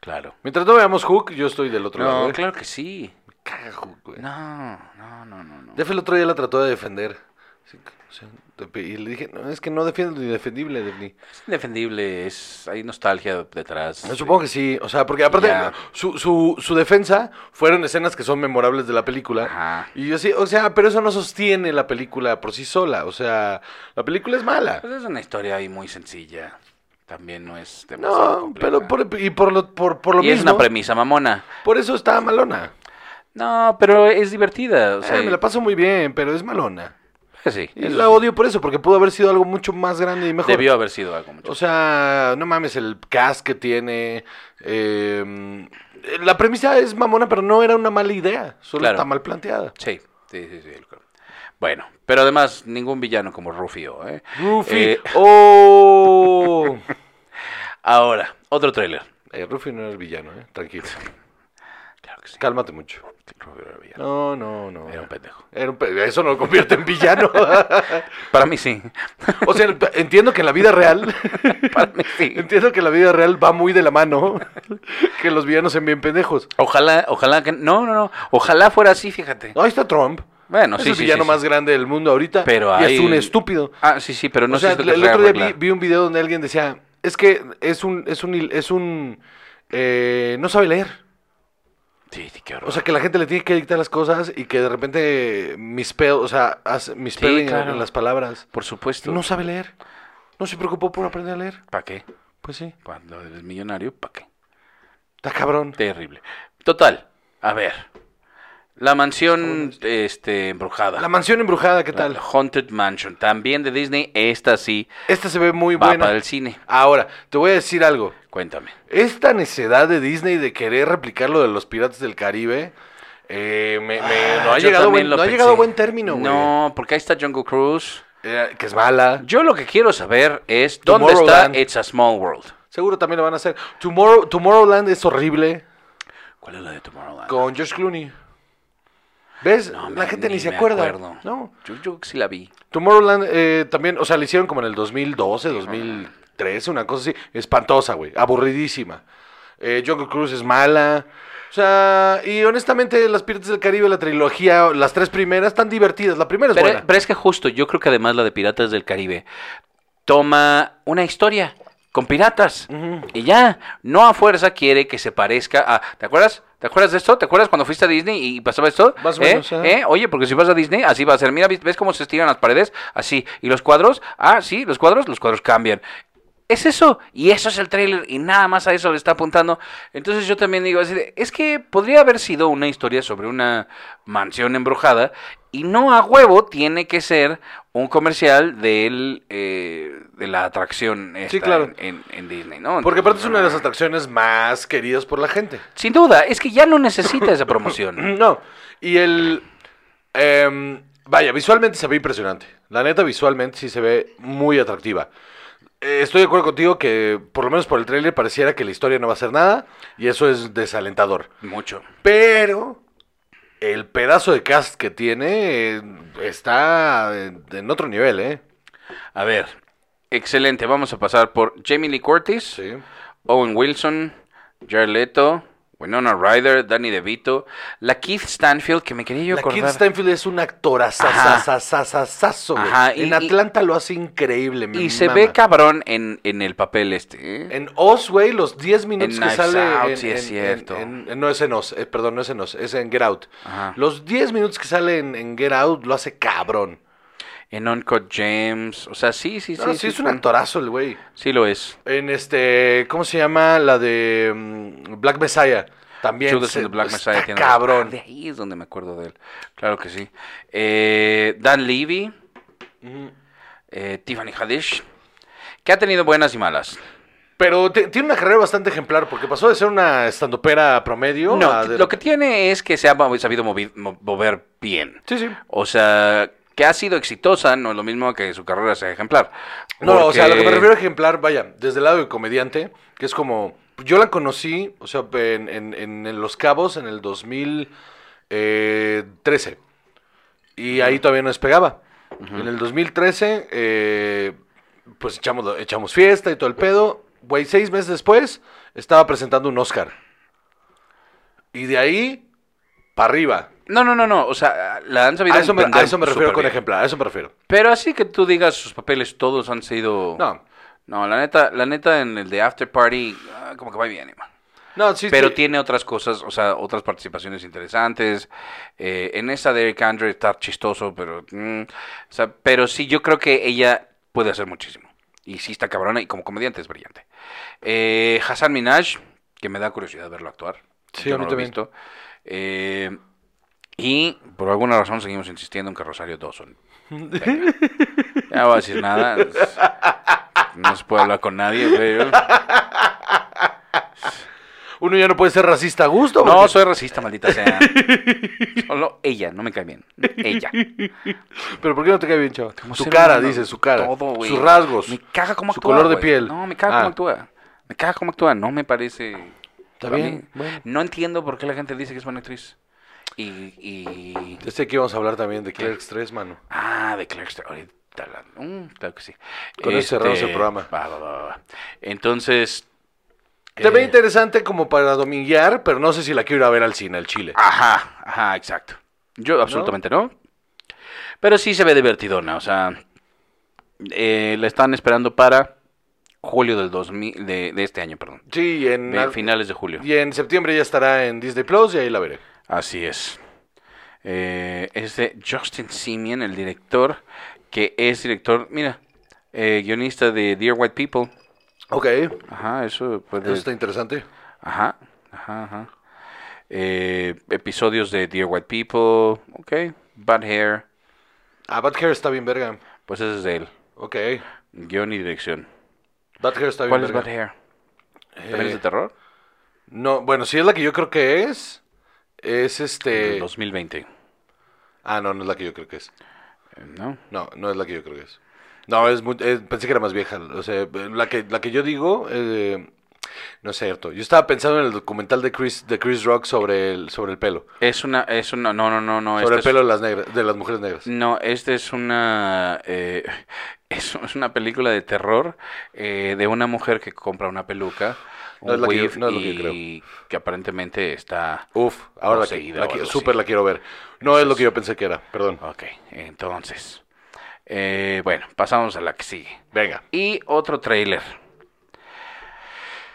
[SPEAKER 5] Claro.
[SPEAKER 4] Mientras no veamos Hook, yo estoy del otro lado.
[SPEAKER 5] No,
[SPEAKER 4] ¿eh?
[SPEAKER 5] claro que sí.
[SPEAKER 4] Me caga Hook, güey.
[SPEAKER 5] No, no, no, no. no.
[SPEAKER 4] Def el otro día la trató de defender. Sí, o sea, te pe- Y le dije, no, es que no defiendo lo indefendible, Defni.
[SPEAKER 5] Es indefendible, es, hay nostalgia detrás.
[SPEAKER 4] No, Supongo que sí, o sea, porque aparte
[SPEAKER 5] Ya.
[SPEAKER 4] su, su, su defensa fueron escenas que son memorables de la película.
[SPEAKER 5] Ajá.
[SPEAKER 4] Y yo sí, o sea, pero eso no sostiene la película por sí sola. O sea, la película es mala.
[SPEAKER 5] Pues es una historia ahí muy sencilla. También no es demasiado
[SPEAKER 4] No,
[SPEAKER 5] compleja.
[SPEAKER 4] pero por, y por lo, por, por lo
[SPEAKER 5] y
[SPEAKER 4] mismo.
[SPEAKER 5] es una premisa mamona.
[SPEAKER 4] por eso está malona.
[SPEAKER 5] No, pero es divertida. O
[SPEAKER 4] Eh,
[SPEAKER 5] sea, pues
[SPEAKER 4] me la paso muy bien, pero es malona.
[SPEAKER 5] sí,
[SPEAKER 4] Y
[SPEAKER 5] eso
[SPEAKER 4] la
[SPEAKER 5] sí.
[SPEAKER 4] odio por eso, porque pudo haber sido algo mucho más grande y mejor.
[SPEAKER 5] Debió haber sido algo mucho.
[SPEAKER 4] O sea, no mames, el cast que tiene. eh, la premisa es mamona, pero no era una mala idea. Solo
[SPEAKER 5] Claro.
[SPEAKER 4] está mal planteada.
[SPEAKER 5] sí, sí, sí, sí, lo creo. Bueno, pero además ningún villano como Rufio. ¿eh?
[SPEAKER 4] Rufi.
[SPEAKER 5] Eh,
[SPEAKER 4] ¡Oh!
[SPEAKER 5] ahora, otro tráiler.
[SPEAKER 4] Eh, Rufi no era el villano, ¿eh? Tranquilo.
[SPEAKER 5] Claro que sí.
[SPEAKER 4] Cálmate mucho.
[SPEAKER 5] Rufio era el villano.
[SPEAKER 4] No, no, no.
[SPEAKER 5] Era un pendejo.
[SPEAKER 4] Era un pe- Eso no lo convierte en villano.
[SPEAKER 5] Para mí sí.
[SPEAKER 4] o sea, entiendo que en la vida real.
[SPEAKER 5] Para mí sí.
[SPEAKER 4] entiendo que en la vida real va muy de la mano. que los villanos sean bien pendejos.
[SPEAKER 5] Ojalá, ojalá que... No, no, no. Ojalá fuera así, fíjate.
[SPEAKER 4] No, ahí está Trump.
[SPEAKER 5] Bueno,
[SPEAKER 4] es
[SPEAKER 5] sí,
[SPEAKER 4] el
[SPEAKER 5] sí,
[SPEAKER 4] villano
[SPEAKER 5] sí, sí.
[SPEAKER 4] más grande del mundo ahorita.
[SPEAKER 5] Pero
[SPEAKER 4] y
[SPEAKER 5] hay-
[SPEAKER 4] es un estúpido.
[SPEAKER 5] Ah, sí, sí, pero no
[SPEAKER 4] o sea,
[SPEAKER 5] sé si
[SPEAKER 4] el, el otro día vi, vi un video donde alguien decía, es que es un, es un, es un, eh, no sabe leer.
[SPEAKER 5] Sí, sí, qué horror.
[SPEAKER 4] O sea, que la gente le tiene que dictar las cosas y que de repente mispel, o sea, hace mispelling en-
[SPEAKER 5] claro.
[SPEAKER 4] en las palabras.
[SPEAKER 5] Por supuesto.
[SPEAKER 4] No sabe leer. No se preocupó por aprender a leer.
[SPEAKER 5] ¿Para qué?
[SPEAKER 4] Pues sí.
[SPEAKER 5] Cuando eres millonario, ¿para qué?
[SPEAKER 4] Está cabrón.
[SPEAKER 5] Terrible. Total, a ver. La mansión este, embrujada.
[SPEAKER 4] La mansión embrujada, ¿qué tal?
[SPEAKER 5] La Haunted Mansion, también de Disney. Esta sí
[SPEAKER 4] Esta se ve muy
[SPEAKER 5] va para
[SPEAKER 4] buena.
[SPEAKER 5] el cine.
[SPEAKER 4] Ahora, te voy a decir algo.
[SPEAKER 5] Cuéntame.
[SPEAKER 4] Esta necedad de Disney de querer replicar lo de los piratas del Caribe, eh, me, me-
[SPEAKER 5] Ah,
[SPEAKER 4] no, ha
[SPEAKER 5] yo
[SPEAKER 4] llegado,
[SPEAKER 5] también
[SPEAKER 4] buen,
[SPEAKER 5] lo
[SPEAKER 4] no ha
[SPEAKER 5] pensé.
[SPEAKER 4] llegado a buen término, güey.
[SPEAKER 5] No, porque ahí está Jungle Cruise.
[SPEAKER 4] Eh, que es mala.
[SPEAKER 5] Yo lo que quiero saber es dónde está
[SPEAKER 4] Tomorrowland.
[SPEAKER 5] It's a Small World.
[SPEAKER 4] Seguro también lo van a hacer. Tomorrow, Tomorrowland es horrible
[SPEAKER 5] ¿Cuál es la de Tomorrowland?
[SPEAKER 4] con Josh Clooney. ¿Ves? la
[SPEAKER 5] No, man,
[SPEAKER 4] gente ni, se
[SPEAKER 5] me
[SPEAKER 4] acuerda.
[SPEAKER 5] acuerdo.
[SPEAKER 4] No.
[SPEAKER 5] Yo, yo sí la vi.
[SPEAKER 4] Tomorrowland eh, también, o sea, le hicieron como en el 2012, 2013, una cosa así. Espantosa, güey. Aburridísima. Eh, Jungle Cruise es mala. O sea, y honestamente, Las Piratas del Caribe, la trilogía, las tres primeras, están divertidas. La primera es
[SPEAKER 5] Pero,
[SPEAKER 4] buena.
[SPEAKER 5] pero es que justo, yo creo que además la de Piratas del Caribe toma una historia con piratas.
[SPEAKER 4] Ujú.
[SPEAKER 5] Y ya, no a fuerza quiere que se parezca a... ¿Te acuerdas? ¿Te acuerdas de esto? ¿Te acuerdas cuando fuiste a Disney y pasaba esto?
[SPEAKER 4] Más o
[SPEAKER 5] ¿Eh?
[SPEAKER 4] menos, ajá.
[SPEAKER 5] ¿Eh? Oye, porque si vas a Disney, así va a ser. Mira, ¿ves- ¿ves cómo se estiran las paredes? Así. ¿Y los cuadros? Ah, sí, los cuadros, los cuadros cambian. Es eso, y eso es el tráiler, y nada más a eso le está apuntando. Entonces yo también digo, así de, es que podría haber sido una historia sobre una mansión embrujada, y no a huevo tiene que ser un comercial del, eh, de la atracción esta
[SPEAKER 4] claro.
[SPEAKER 5] en, en- en Disney, ¿no?
[SPEAKER 4] Porque aparte es una de las
[SPEAKER 5] Entonces,
[SPEAKER 4] atracciones más queridas por la gente.
[SPEAKER 5] Sin duda, es que ya no necesita esa promoción.
[SPEAKER 4] No, y el... em, vaya, visualmente se ve impresionante. La neta, visualmente sí se ve muy atractiva. Eh, estoy de acuerdo contigo que, por lo menos por el tráiler, pareciera que la historia no va a ser nada. Y eso es desalentador.
[SPEAKER 5] Mucho.
[SPEAKER 4] Pero el pedazo de cast que tiene eh, está en, en otro nivel, ¿eh?
[SPEAKER 5] A ver, excelente, vamos a pasar por Jamie Lee Curtis.
[SPEAKER 4] Sí.
[SPEAKER 5] Owen Wilson, Jared Leto, Winona Ryder, Danny DeVito, la Keith Stanfield, que me quería yo
[SPEAKER 4] la
[SPEAKER 5] acordar.
[SPEAKER 4] Kid Stanfield es una actora
[SPEAKER 5] Ajá. Ajá, y-
[SPEAKER 4] En
[SPEAKER 5] y-
[SPEAKER 4] Atlanta lo hace increíble, mi
[SPEAKER 5] y se
[SPEAKER 4] mama.
[SPEAKER 5] ve cabrón en, en el papel este. ¿eh?
[SPEAKER 4] En Oz, güey, los 10 minutos
[SPEAKER 5] En
[SPEAKER 4] que
[SPEAKER 5] Knives
[SPEAKER 4] sale.
[SPEAKER 5] Out,
[SPEAKER 4] en,
[SPEAKER 5] sí, es
[SPEAKER 4] en-
[SPEAKER 5] cierto.
[SPEAKER 4] en- en- no es en Oz, eh, perdón, no es en Oz, es en Get Out.
[SPEAKER 5] Ajá.
[SPEAKER 4] Los 10 minutos que sale en, en Get Out lo hace cabrón.
[SPEAKER 5] En Uncut James. O sea, sí, sí,
[SPEAKER 4] No,
[SPEAKER 5] sí.
[SPEAKER 4] sí, es un
[SPEAKER 5] fue-
[SPEAKER 4] actorazo el güey.
[SPEAKER 5] Sí lo es.
[SPEAKER 4] En este, ¿cómo se llama? La de mm, Black Messiah. También.
[SPEAKER 5] Judas
[SPEAKER 4] se-
[SPEAKER 5] and the Black
[SPEAKER 4] está
[SPEAKER 5] Messiah tiene- Ah,
[SPEAKER 4] cabrón.
[SPEAKER 5] De ahí es donde me acuerdo de él. Claro que sí. Eh, Dan Levy. eh, Tiffany Haddish. Que ha tenido buenas y malas.
[SPEAKER 4] Pero te- tiene una carrera bastante ejemplar porque pasó de ser una estandopera promedio
[SPEAKER 5] No,
[SPEAKER 4] a de-
[SPEAKER 5] lo que tiene es que se ha mo- sabido movi- mo- mover bien.
[SPEAKER 4] Sí, sí.
[SPEAKER 5] O sea, que ha sido exitosa no es lo mismo que su carrera sea ejemplar.
[SPEAKER 4] No, o sea, lo que me
[SPEAKER 5] Porque-
[SPEAKER 4] refiero a ejemplar, vaya, desde el lado de comediante, que es como, yo la conocí, o sea, en, en- en- en Los Cabos en el 2013. Y ahí todavía no despegaba. En el 2013, eh, pues echamos, lo- echamos fiesta y todo el pedo. Güey, seis meses después, estaba presentando un Oscar. Y de ahí, para arriba.
[SPEAKER 5] No, no, no, no. O sea, la han sabido.
[SPEAKER 4] A eso me,
[SPEAKER 5] vender
[SPEAKER 4] a eso me refiero con
[SPEAKER 5] superbién.
[SPEAKER 4] ejemplar, a eso me refiero.
[SPEAKER 5] Pero así que tú digas sus papeles todos han sido.
[SPEAKER 4] No,
[SPEAKER 5] No, la neta, la neta en el de After Party, ah, como que va bien, hermano.
[SPEAKER 4] no, sí,
[SPEAKER 5] Pero
[SPEAKER 4] sí.
[SPEAKER 5] tiene otras cosas, o sea, otras participaciones interesantes. Eh, en esa de Eric Andre está chistoso, pero. mm, o sea, pero sí, yo creo que ella puede hacer muchísimo. Y sí está cabrona y como comediante es brillante. Eh, Hassan Minaj, que me da curiosidad verlo actuar.
[SPEAKER 4] Sí,
[SPEAKER 5] Yo
[SPEAKER 4] a mí
[SPEAKER 5] no lo he
[SPEAKER 4] también.
[SPEAKER 5] visto. Eh, y por alguna razón seguimos insistiendo en que Rosario Dawson. Venga. Ya no voy a decir nada. No se puede hablar con nadie, pero.
[SPEAKER 4] Uno ya no puede ser racista a gusto.
[SPEAKER 5] No,
[SPEAKER 4] porque-
[SPEAKER 5] soy racista, maldita sea. Solo ella, no me cae bien. Ella.
[SPEAKER 4] Pero ¿por qué no te cae bien, chava?
[SPEAKER 5] Como
[SPEAKER 4] Su
[SPEAKER 5] ser
[SPEAKER 4] cara,
[SPEAKER 5] humano,
[SPEAKER 4] dice, su cara.
[SPEAKER 5] todo, güey.
[SPEAKER 4] sus rasgos.
[SPEAKER 5] Me caga cómo
[SPEAKER 4] su
[SPEAKER 5] actúa.
[SPEAKER 4] color de
[SPEAKER 5] güey.
[SPEAKER 4] piel.
[SPEAKER 5] No, me caga
[SPEAKER 4] Ah.
[SPEAKER 5] cómo actúa. Me caga cómo actúa. No me parece.
[SPEAKER 4] Está
[SPEAKER 5] a mí-
[SPEAKER 4] bien, bueno.
[SPEAKER 5] No entiendo por qué la gente dice que es buena actriz. Y. y...
[SPEAKER 4] Este aquí vamos a hablar también de Clerks 3, mano.
[SPEAKER 5] Ah, de Claire Stra- Ahorita la- mm, claro que sí. Este,
[SPEAKER 4] Con eso cerramos el programa.
[SPEAKER 5] va, va, va, va. Entonces.
[SPEAKER 4] Te ve
[SPEAKER 5] eh,
[SPEAKER 4] interesante como para dominguear, pero no sé si la quiero ir a ver al cine, al chile.
[SPEAKER 5] Ah. Ajá, ajá, exacto. Yo absolutamente no. Pero sí se ve divertidona, o sea, eh, la están esperando para julio del 2000, de, de este año, perdón.
[SPEAKER 4] Sí, en,
[SPEAKER 5] De finales de julio.
[SPEAKER 4] y en septiembre ya estará en Disney Plus y ahí la veré.
[SPEAKER 5] Así es. Eh, es de Justin Simien, el director, que es director, mira, eh, guionista de Dear White People.
[SPEAKER 4] Ok,
[SPEAKER 5] Ajá, eso
[SPEAKER 4] eso
[SPEAKER 5] puede...
[SPEAKER 4] está interesante.
[SPEAKER 5] Ajá, ajá, ajá. Eh, episodios de Dear White People, ok, Bad Hair,
[SPEAKER 4] Ah, Bad Hair está bien verga.
[SPEAKER 5] pues ese es de él.
[SPEAKER 4] Ok,
[SPEAKER 5] Guión y dirección.
[SPEAKER 4] Bad Hair está bien
[SPEAKER 5] ¿Cuál es
[SPEAKER 4] verga.
[SPEAKER 5] Bad Hair? ¿También
[SPEAKER 4] Eh,
[SPEAKER 5] es de terror?
[SPEAKER 4] No, bueno, si es la que yo creo que es, es
[SPEAKER 5] Del
[SPEAKER 4] este...
[SPEAKER 5] 2020. eh,
[SPEAKER 4] Ah, no, no es la que yo creo que es.
[SPEAKER 5] ¿No?
[SPEAKER 4] No, no es la que yo creo que es. No, es muy- eh, pensé que era más vieja. O sea, la que, la que yo digo, eh, no es cierto. Yo estaba pensando en el documental de Chris, de Chris Rock sobre el, sobre el pelo.
[SPEAKER 5] Es una, es una, no, no, no, no.
[SPEAKER 4] sobre
[SPEAKER 5] este Mm. esta
[SPEAKER 4] el
[SPEAKER 5] es-
[SPEAKER 4] pelo de las negras, de las mujeres negras.
[SPEAKER 5] No, esta es una, eh, es, es una película de terror eh, de una mujer que compra una peluca,
[SPEAKER 4] No
[SPEAKER 5] un
[SPEAKER 4] es la que yo-
[SPEAKER 5] weave,
[SPEAKER 4] no es lo que yo
[SPEAKER 5] y que aparentemente está...
[SPEAKER 4] Uf, ahora la,
[SPEAKER 5] Poseída
[SPEAKER 4] que- la
[SPEAKER 5] o
[SPEAKER 4] que-
[SPEAKER 5] algo
[SPEAKER 4] súper
[SPEAKER 5] así.
[SPEAKER 4] la quiero ver. No es lo que yo pensé que era, perdón.
[SPEAKER 5] Ok, entonces, eh, bueno, pasamos a la que sigue.
[SPEAKER 4] Venga.
[SPEAKER 5] Y otro tráiler.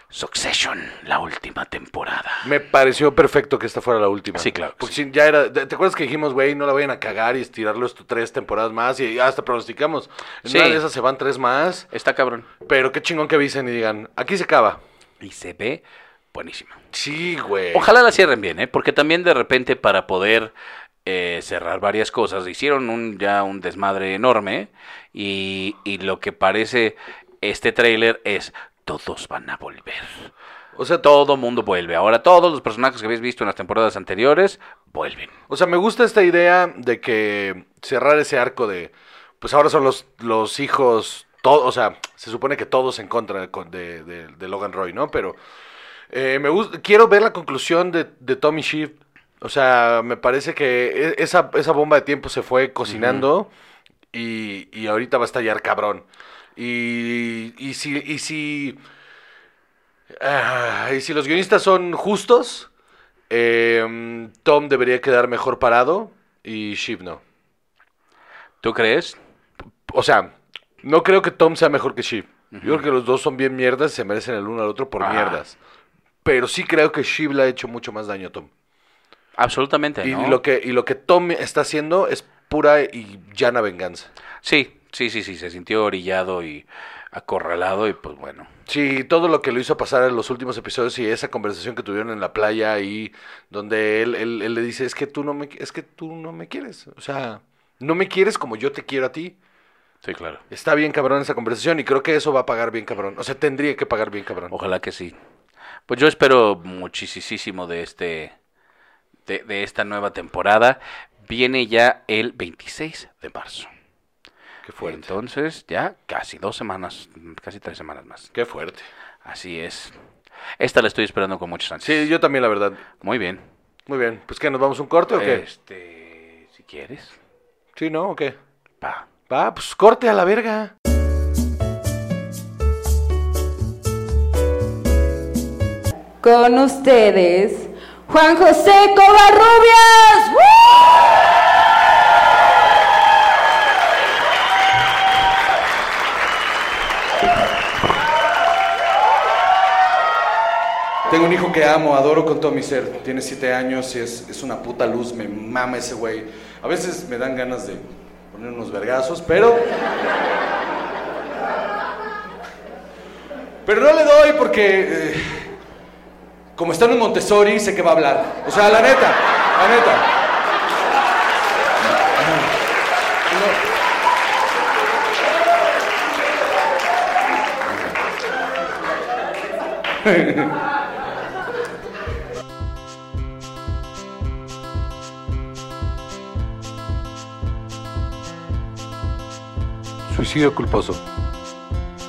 [SPEAKER 5] Succession, la última temporada.
[SPEAKER 4] Me pareció perfecto que esta fuera la última.
[SPEAKER 5] Sí, claro que
[SPEAKER 4] Porque
[SPEAKER 5] sí.
[SPEAKER 4] si ya era. ¿Te te acuerdas que dijimos, güey, no la vayan a cagar y estirarlo esto tres temporadas más? Y hasta pronosticamos. En
[SPEAKER 5] Sí.
[SPEAKER 4] una de esas se van tres más.
[SPEAKER 5] Está cabrón.
[SPEAKER 4] Pero qué chingón que avisen y digan, aquí se acaba.
[SPEAKER 5] Y se ve buenísima.
[SPEAKER 4] Sí, güey.
[SPEAKER 5] Ojalá la cierren bien, ¿eh? Porque también de repente para poder eh, cerrar varias cosas, hicieron un, ya un desmadre enorme y, y lo que parece este tráiler es todos van a volver.
[SPEAKER 4] O sea, todo.
[SPEAKER 5] Todo mundo vuelve. Ahora todos los personajes que habéis visto en las temporadas anteriores vuelven.
[SPEAKER 4] O sea, me gusta esta idea de que cerrar ese arco de. Pues ahora son los, los hijos. Todo, o sea, se supone que todos en contra de, con- de- de- de Logan Roy, ¿no? Pero. eh, me gusta, quiero ver la conclusión de, de Tommy Sheep. O sea, me parece que e- esa, esa bomba de tiempo se fue cocinando. y, y ahorita va a estallar cabrón. Y, y si. Y si, ah, y si los guionistas son justos, eh, Tom debería quedar mejor parado y Shiv no.
[SPEAKER 5] ¿Tú crees?
[SPEAKER 4] O sea, no creo que Tom sea mejor que Shiv. Yo creo que los dos son bien mierdas y se merecen el uno al otro por
[SPEAKER 5] Ah.
[SPEAKER 4] mierdas. Pero sí creo que Shiv le ha hecho mucho más daño a Tom.
[SPEAKER 5] Absolutamente.
[SPEAKER 4] Y,
[SPEAKER 5] ¿no?
[SPEAKER 4] lo que, y lo que Tom está haciendo es pura y llana venganza.
[SPEAKER 5] Sí, sí, sí, sí. Se sintió orillado y acorralado y pues bueno.
[SPEAKER 4] Sí, todo lo que lo hizo pasar en los últimos episodios y esa conversación que tuvieron en la playa y donde él, él- él le dice, es que tú no me, es que tú no me quieres. O sea, no me quieres como yo te quiero a ti.
[SPEAKER 5] Sí, claro.
[SPEAKER 4] Está bien cabrón esa conversación y creo que eso va a pagar bien cabrón. O sea, tendría que pagar bien cabrón.
[SPEAKER 5] Ojalá que sí. Pues yo espero muchísimo de este de, de esta nueva temporada. Viene ya el 26 de marzo.
[SPEAKER 4] Qué fuerte.
[SPEAKER 5] Entonces, ya casi dos semanas, casi tres semanas más.
[SPEAKER 4] Qué fuerte.
[SPEAKER 5] Así es. Esta la estoy esperando con muchas ansias.
[SPEAKER 4] Sí, yo también, la verdad.
[SPEAKER 5] Muy bien.
[SPEAKER 4] Muy bien. Pues que nos vamos a un corte o qué?
[SPEAKER 5] Este, si quieres.
[SPEAKER 4] Sí, ¿no? ¿O qué?
[SPEAKER 5] Pa.
[SPEAKER 4] Va, pues corte a la verga.
[SPEAKER 3] Con ustedes, Juan José Covarrubias. ¡Woo!
[SPEAKER 6] Tengo un hijo que amo, adoro con todo mi ser. Tiene siete años y es, es una puta luz, me mama ese güey. A veces me dan ganas de poner unos vergazos, pero. Pero no le doy porque. eh, como están en Montessori, sé que va a hablar. O sea, la neta, la neta. No.
[SPEAKER 4] Suicidio culposo.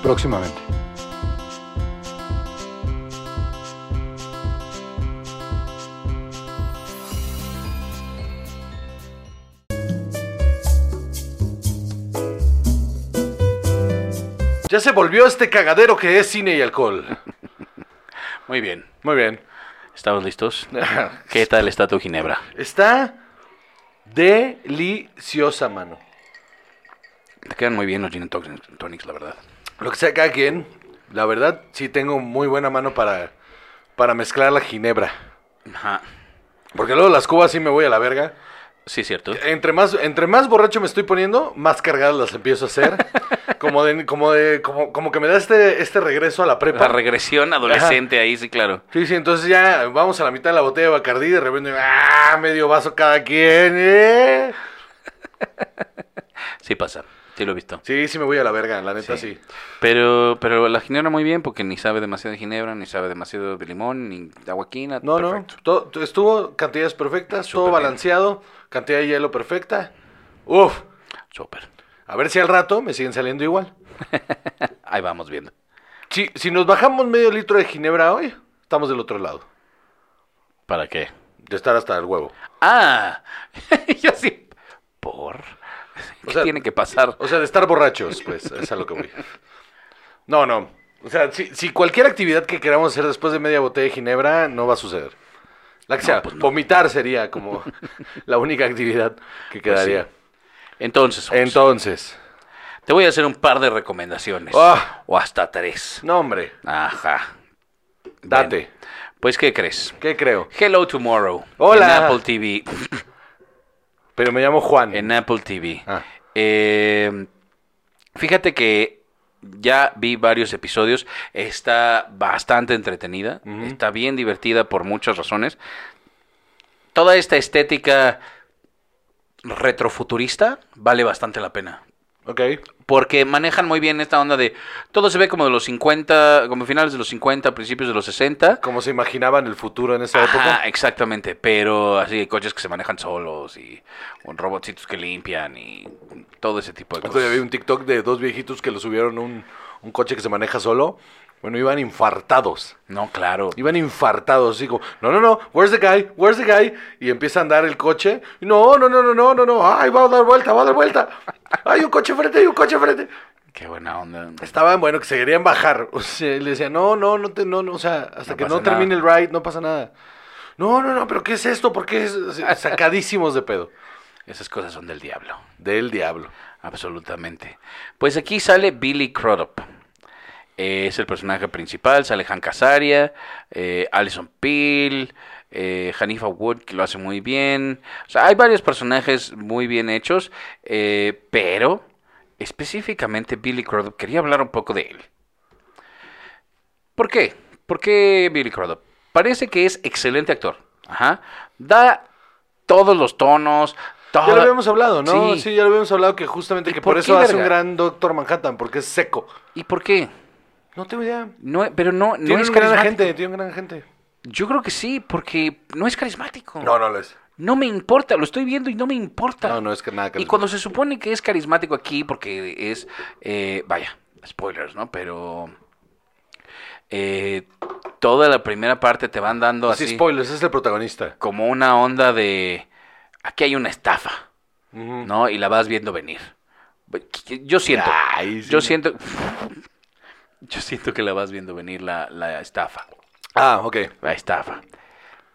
[SPEAKER 4] Próximamente. Ya se volvió este cagadero que es cine y alcohol.
[SPEAKER 5] Muy bien.
[SPEAKER 4] Muy bien.
[SPEAKER 5] ¿Estamos listos? ¿Qué tal está tu ginebra?
[SPEAKER 4] Está deliciosa, mano.
[SPEAKER 5] Te quedan muy bien los gin and tonics- tonics, la verdad.
[SPEAKER 4] Lo que sea cada quien, la verdad, sí tengo muy buena mano para, para mezclar la ginebra.
[SPEAKER 5] Ajá.
[SPEAKER 4] Porque luego las cubas sí me voy a la verga.
[SPEAKER 5] Sí, cierto.
[SPEAKER 4] Entre más, entre más borracho me estoy poniendo, más cargadas las empiezo a hacer. como, de, como, de, como, como que me da este, este regreso a la prepa.
[SPEAKER 5] La regresión adolescente ahí, sí, claro.
[SPEAKER 4] sí, sí, entonces ya vamos a la mitad de la botella de Bacardí y de repente, ¡ah! Medio vaso cada quien. ¿eh?
[SPEAKER 5] Sí pasa. Sí lo he visto.
[SPEAKER 4] Sí, sí me voy a la verga, la neta
[SPEAKER 5] Sí.
[SPEAKER 4] sí.
[SPEAKER 5] Pero, pero la ginebra muy bien porque ni sabe demasiado de ginebra, ni sabe demasiado de limón, ni de aguaquina.
[SPEAKER 4] No, no, todo- todo- estuvo cantidades perfectas, todo
[SPEAKER 5] Súper bien.
[SPEAKER 4] balanceado, cantidad de hielo perfecta. Uf,
[SPEAKER 5] Súper.
[SPEAKER 4] A ver si al rato me siguen saliendo igual.
[SPEAKER 5] Ahí vamos viendo.
[SPEAKER 4] Si, si nos bajamos medio litro de ginebra hoy, estamos del otro lado.
[SPEAKER 5] ¿Para qué?
[SPEAKER 4] De estar hasta el huevo.
[SPEAKER 5] Ah, yo sí. ¿Por?
[SPEAKER 4] O
[SPEAKER 5] ¿Qué
[SPEAKER 4] sea,
[SPEAKER 5] tiene que pasar?
[SPEAKER 4] O sea, de estar borrachos, pues, es a lo que voy. No, no. O sea, si, si cualquier actividad que queramos hacer después de media botella de ginebra, no va a suceder. La que
[SPEAKER 5] No,
[SPEAKER 4] sea,
[SPEAKER 5] pues no.
[SPEAKER 4] vomitar sería como la única actividad
[SPEAKER 5] Pues
[SPEAKER 4] que quedaría.
[SPEAKER 5] Entonces, José,
[SPEAKER 4] Entonces,
[SPEAKER 5] te voy a hacer un par de recomendaciones.
[SPEAKER 4] Ah.
[SPEAKER 5] O hasta tres.
[SPEAKER 4] no, hombre,
[SPEAKER 5] Ajá.
[SPEAKER 4] date.
[SPEAKER 5] Bueno, pues, ¿qué crees?
[SPEAKER 4] ¿Qué creo?
[SPEAKER 5] Hello Tomorrow.
[SPEAKER 4] Hola.
[SPEAKER 5] En Apple TV.
[SPEAKER 4] Pero me llamo Juan.
[SPEAKER 5] En Apple TV.
[SPEAKER 4] Ah.
[SPEAKER 5] Eh, fíjate que ya vi varios episodios. Está bastante entretenida.
[SPEAKER 4] Ujú.
[SPEAKER 5] Está bien divertida por muchas razones. Toda esta estética retrofuturista vale bastante la pena.
[SPEAKER 4] Ok.
[SPEAKER 5] Porque manejan muy bien esta onda de... Todo se ve como de los 50, como finales de los 50, principios de los 60.
[SPEAKER 4] Como se imaginaban el futuro en esa
[SPEAKER 5] Ajá,
[SPEAKER 4] época.
[SPEAKER 5] exactamente, pero así hay coches que se manejan solos y un robotcitos que limpian y todo ese tipo de
[SPEAKER 4] Entonces
[SPEAKER 5] cosas.
[SPEAKER 4] había un TikTok de dos viejitos que lo subieron a un, un coche que se maneja solo. Bueno, iban infartados.
[SPEAKER 5] No, claro.
[SPEAKER 4] Iban infartados, así como, no, no, no, where's the guy, where's the guy, y empieza a andar el coche, y no, no, no, no, no, no, no, ay, va a dar vuelta, va a dar vuelta, hay un coche frente, hay un coche frente.
[SPEAKER 5] Qué buena onda.
[SPEAKER 4] Estaban, bueno, que se querían bajar, o sea, y le decían, no, no, no, te, no, no, o sea, hasta
[SPEAKER 5] No
[SPEAKER 4] que
[SPEAKER 5] pasa
[SPEAKER 4] no termine
[SPEAKER 5] nada.
[SPEAKER 4] el ride, no pasa nada. No, no, no, pero ¿qué es esto? ¿Por qué es sacadísimos de pedo?
[SPEAKER 5] Esas cosas son del diablo,
[SPEAKER 4] Del diablo.
[SPEAKER 5] absolutamente. Pues aquí sale Billy Crudup. Eh, es el personaje principal, sale Hank Azaria, eh, Alison Peel, eh, Hanifa Wood, que lo hace muy bien. O sea, hay varios personajes muy bien hechos, eh, pero específicamente Billy Crudup, quería hablar un poco de él. ¿Por qué? ¿Por qué Billy Crudup? Parece que es excelente actor. Ajá. Da todos los tonos.
[SPEAKER 4] Ya lo
[SPEAKER 5] toda-
[SPEAKER 4] habíamos hablado, ¿no? Sí,
[SPEAKER 5] Sí.
[SPEAKER 4] ya lo habíamos hablado que justamente
[SPEAKER 5] ¿Y
[SPEAKER 4] que
[SPEAKER 5] por
[SPEAKER 4] por,
[SPEAKER 5] qué,
[SPEAKER 4] eso hace un
[SPEAKER 5] verga?
[SPEAKER 4] gran Doctor Manhattan, porque es seco.
[SPEAKER 5] ¿Y por qué?
[SPEAKER 4] No tengo idea.
[SPEAKER 5] No, pero no, no
[SPEAKER 4] Tiene
[SPEAKER 5] es
[SPEAKER 4] un gran
[SPEAKER 5] carismático.
[SPEAKER 4] agente, tiene un gran agente.
[SPEAKER 5] Yo creo que sí, porque no es carismático.
[SPEAKER 4] No, no lo es.
[SPEAKER 5] No me importa, lo estoy viendo y no me importa.
[SPEAKER 4] No, no es que nada que
[SPEAKER 5] Y cuando se supone que es carismático aquí, porque es, eh, vaya, spoilers, ¿no? Pero eh, toda la primera parte te van dando
[SPEAKER 4] Pues Sí,
[SPEAKER 5] así
[SPEAKER 4] spoilers, es el protagonista.
[SPEAKER 5] como una onda de, aquí hay una estafa,
[SPEAKER 4] Ujú.
[SPEAKER 5] ¿no? Y la vas viendo venir. Yo siento,
[SPEAKER 4] Ay, sí.
[SPEAKER 5] yo siento, yo siento que la vas viendo venir la, la estafa.
[SPEAKER 4] Ah, ok.
[SPEAKER 5] La estafa.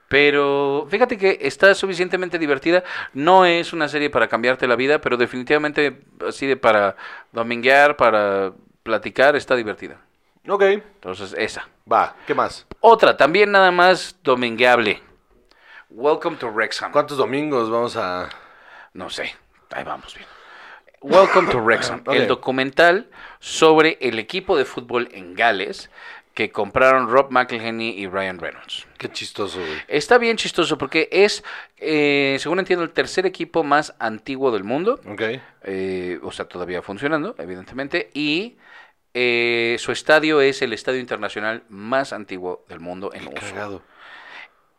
[SPEAKER 5] Pero fíjate que está suficientemente divertida. No es una serie para cambiarte la vida, pero definitivamente así de para dominguear, para platicar, está divertida.
[SPEAKER 4] Ok,
[SPEAKER 5] Entonces, esa.
[SPEAKER 4] va. ¿Qué más?
[SPEAKER 5] Otra, también nada más domingueable. Welcome to Wrexham.
[SPEAKER 4] ¿Cuántos domingos vamos a...?
[SPEAKER 5] No sé, ahí vamos bien. Welcome to Wrexham,
[SPEAKER 4] Ok.
[SPEAKER 5] el documental sobre el equipo de fútbol en Gales que compraron Rob McElhenney y Ryan Reynolds.
[SPEAKER 4] Qué chistoso, güey.
[SPEAKER 5] Está bien chistoso porque es, eh, según entiendo, el tercer equipo más antiguo del mundo.
[SPEAKER 4] Ok.
[SPEAKER 5] eh, o sea, todavía funcionando, evidentemente. Y eh, su estadio es el estadio internacional más antiguo del mundo en uso.
[SPEAKER 4] Cagado.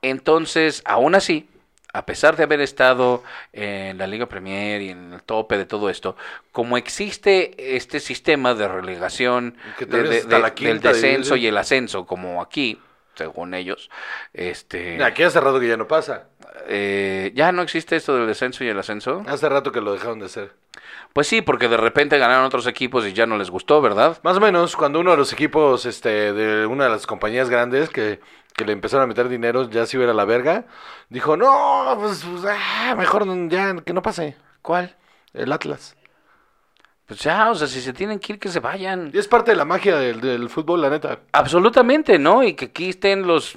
[SPEAKER 5] Entonces, aún así, a pesar de haber estado en la Liga Premier y en el tope de todo esto, como existe este sistema de relegación,
[SPEAKER 4] Que
[SPEAKER 5] de-
[SPEAKER 4] tal vez
[SPEAKER 5] de-
[SPEAKER 4] hasta
[SPEAKER 5] de-
[SPEAKER 4] la
[SPEAKER 5] del
[SPEAKER 4] quinta
[SPEAKER 5] descenso
[SPEAKER 4] división.
[SPEAKER 5] y el ascenso, como aquí, según ellos, este...
[SPEAKER 4] Aquí hace rato que ya no pasa.
[SPEAKER 5] Eh, ya no existe esto del descenso y el ascenso.
[SPEAKER 4] Hace rato que lo dejaron de hacer.
[SPEAKER 5] Pues sí, porque de repente ganaron otros equipos y ya no les gustó, ¿verdad?
[SPEAKER 4] Más o menos, cuando uno de los equipos este, de una de las compañías grandes que, que le empezaron a meter dinero, ya si iba a ir a la verga, dijo, no, pues, pues, ah, mejor no- ya que no pase.
[SPEAKER 5] ¿Cuál?
[SPEAKER 4] El Atlas.
[SPEAKER 5] Pues ya, o sea, si se tienen que ir, que se vayan.
[SPEAKER 4] Y es parte de la magia del, del fútbol, la neta.
[SPEAKER 5] Absolutamente, ¿no? Y que aquí estén los...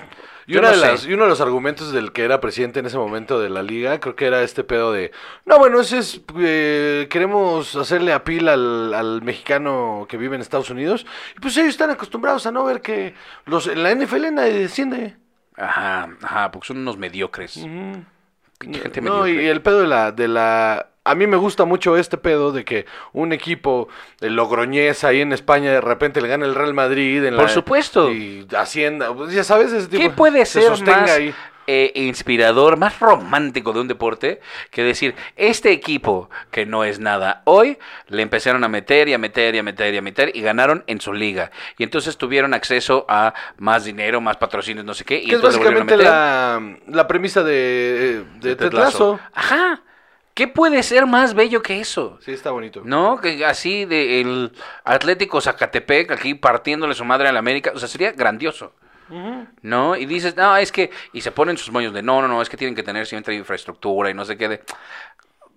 [SPEAKER 4] Y,
[SPEAKER 5] yo
[SPEAKER 4] una
[SPEAKER 5] no
[SPEAKER 4] de
[SPEAKER 5] sé.
[SPEAKER 4] las- y uno de los argumentos del que era presidente en ese momento de la liga, creo que era este pedo de, no, bueno, ese es, eh, queremos hacerle apil al, al mexicano que vive en Estados Unidos. Y pues ellos están acostumbrados a no ver que los, en la NFL nadie desciende.
[SPEAKER 5] Ajá, ajá, porque son unos mediocres. Pinche gente
[SPEAKER 4] No, y
[SPEAKER 5] mediocre.
[SPEAKER 4] el pedo de la, de la... A mí me gusta mucho este pedo de que un equipo de Logroñés ahí en España de repente le gana el Real Madrid. En
[SPEAKER 5] Por
[SPEAKER 4] la-
[SPEAKER 5] supuesto.
[SPEAKER 4] Y Hacienda, pues, ya sabes, ese tipo.
[SPEAKER 5] ¿Qué puede
[SPEAKER 4] se
[SPEAKER 5] ser
[SPEAKER 4] sostenga
[SPEAKER 5] más
[SPEAKER 4] ahí.
[SPEAKER 5] eh, inspirador, más romántico de un deporte que decir, este equipo que no es nada hoy, le empezaron a meter y a meter y a meter y a meter y ganaron en su liga. Y entonces tuvieron acceso a más dinero, más patrocinios, no sé qué.
[SPEAKER 4] Que
[SPEAKER 5] Y
[SPEAKER 4] es
[SPEAKER 5] entonces le volvieron a
[SPEAKER 4] básicamente
[SPEAKER 5] meter.
[SPEAKER 4] la, la premisa de, de,
[SPEAKER 5] Ted
[SPEAKER 4] Ted Lasso.
[SPEAKER 5] Ajá. ¿Qué puede ser más bello que eso?
[SPEAKER 4] Sí, está bonito.
[SPEAKER 5] ¿No? Que así de el Atlético Zacatepec aquí partiéndole su madre a la América. O sea, sería grandioso. ¿No? Y dices, no, es que. Y se ponen sus moños de no, no, no, es que tienen que tener siempre infraestructura y no sé qué de.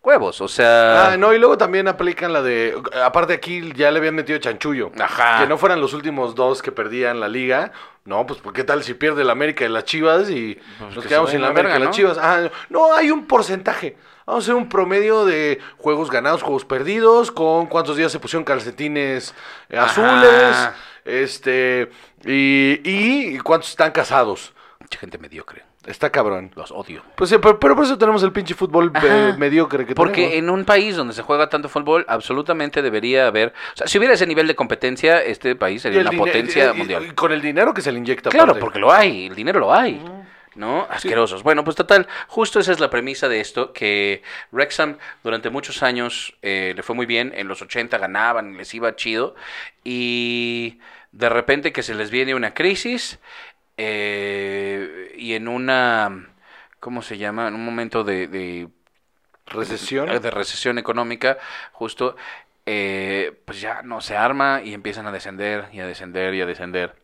[SPEAKER 5] Huevos, o sea.
[SPEAKER 4] Ah, no, y luego también aplican la de. Aparte, aquí ya le habían metido chanchullo.
[SPEAKER 5] Ajá.
[SPEAKER 4] Que no fueran los últimos dos que perdían la liga. No, pues, ¿por ¿qué tal si pierde la América y las chivas y nos
[SPEAKER 5] Pues que
[SPEAKER 4] quedamos
[SPEAKER 5] se
[SPEAKER 4] sin la
[SPEAKER 5] den la
[SPEAKER 4] América y
[SPEAKER 5] verga,
[SPEAKER 4] las
[SPEAKER 5] ¿no?
[SPEAKER 4] chivas? Ah, no, hay un porcentaje. Vamos a hacer un promedio de juegos ganados, juegos perdidos, con cuántos días se pusieron calcetines eh, azules,
[SPEAKER 5] Ajá.
[SPEAKER 4] este, y, y cuántos están casados.
[SPEAKER 5] Mucha gente mediocre.
[SPEAKER 4] Está cabrón.
[SPEAKER 5] Los odio.
[SPEAKER 4] Pues sí, pero, pero por eso tenemos el pinche fútbol
[SPEAKER 5] Ajá.
[SPEAKER 4] eh, mediocre que
[SPEAKER 5] Porque
[SPEAKER 4] tenemos.
[SPEAKER 5] en un país donde se juega tanto fútbol, absolutamente debería haber. O sea, si hubiera ese nivel de competencia, este
[SPEAKER 4] Y
[SPEAKER 5] país
[SPEAKER 4] el
[SPEAKER 5] sería una
[SPEAKER 4] dine-
[SPEAKER 5] potencia
[SPEAKER 4] y- y-
[SPEAKER 5] mundial.
[SPEAKER 4] y con el dinero que se le inyecta.
[SPEAKER 5] Claro,
[SPEAKER 4] aparte.
[SPEAKER 5] porque lo hay, el dinero lo hay. ¿No? Asquerosos. Bueno, pues total, justo esa es la premisa de esto, que Wrexham durante muchos años eh, le fue muy bien, en los 80 ganaban, les iba chido, y de repente que se les viene una crisis eh, y en una, ¿cómo se llama? En un momento de- de
[SPEAKER 4] Recesión.
[SPEAKER 5] eh, de recesión económica, justo, eh, pues ya no se arma y empiezan a descender y a descender y a descender.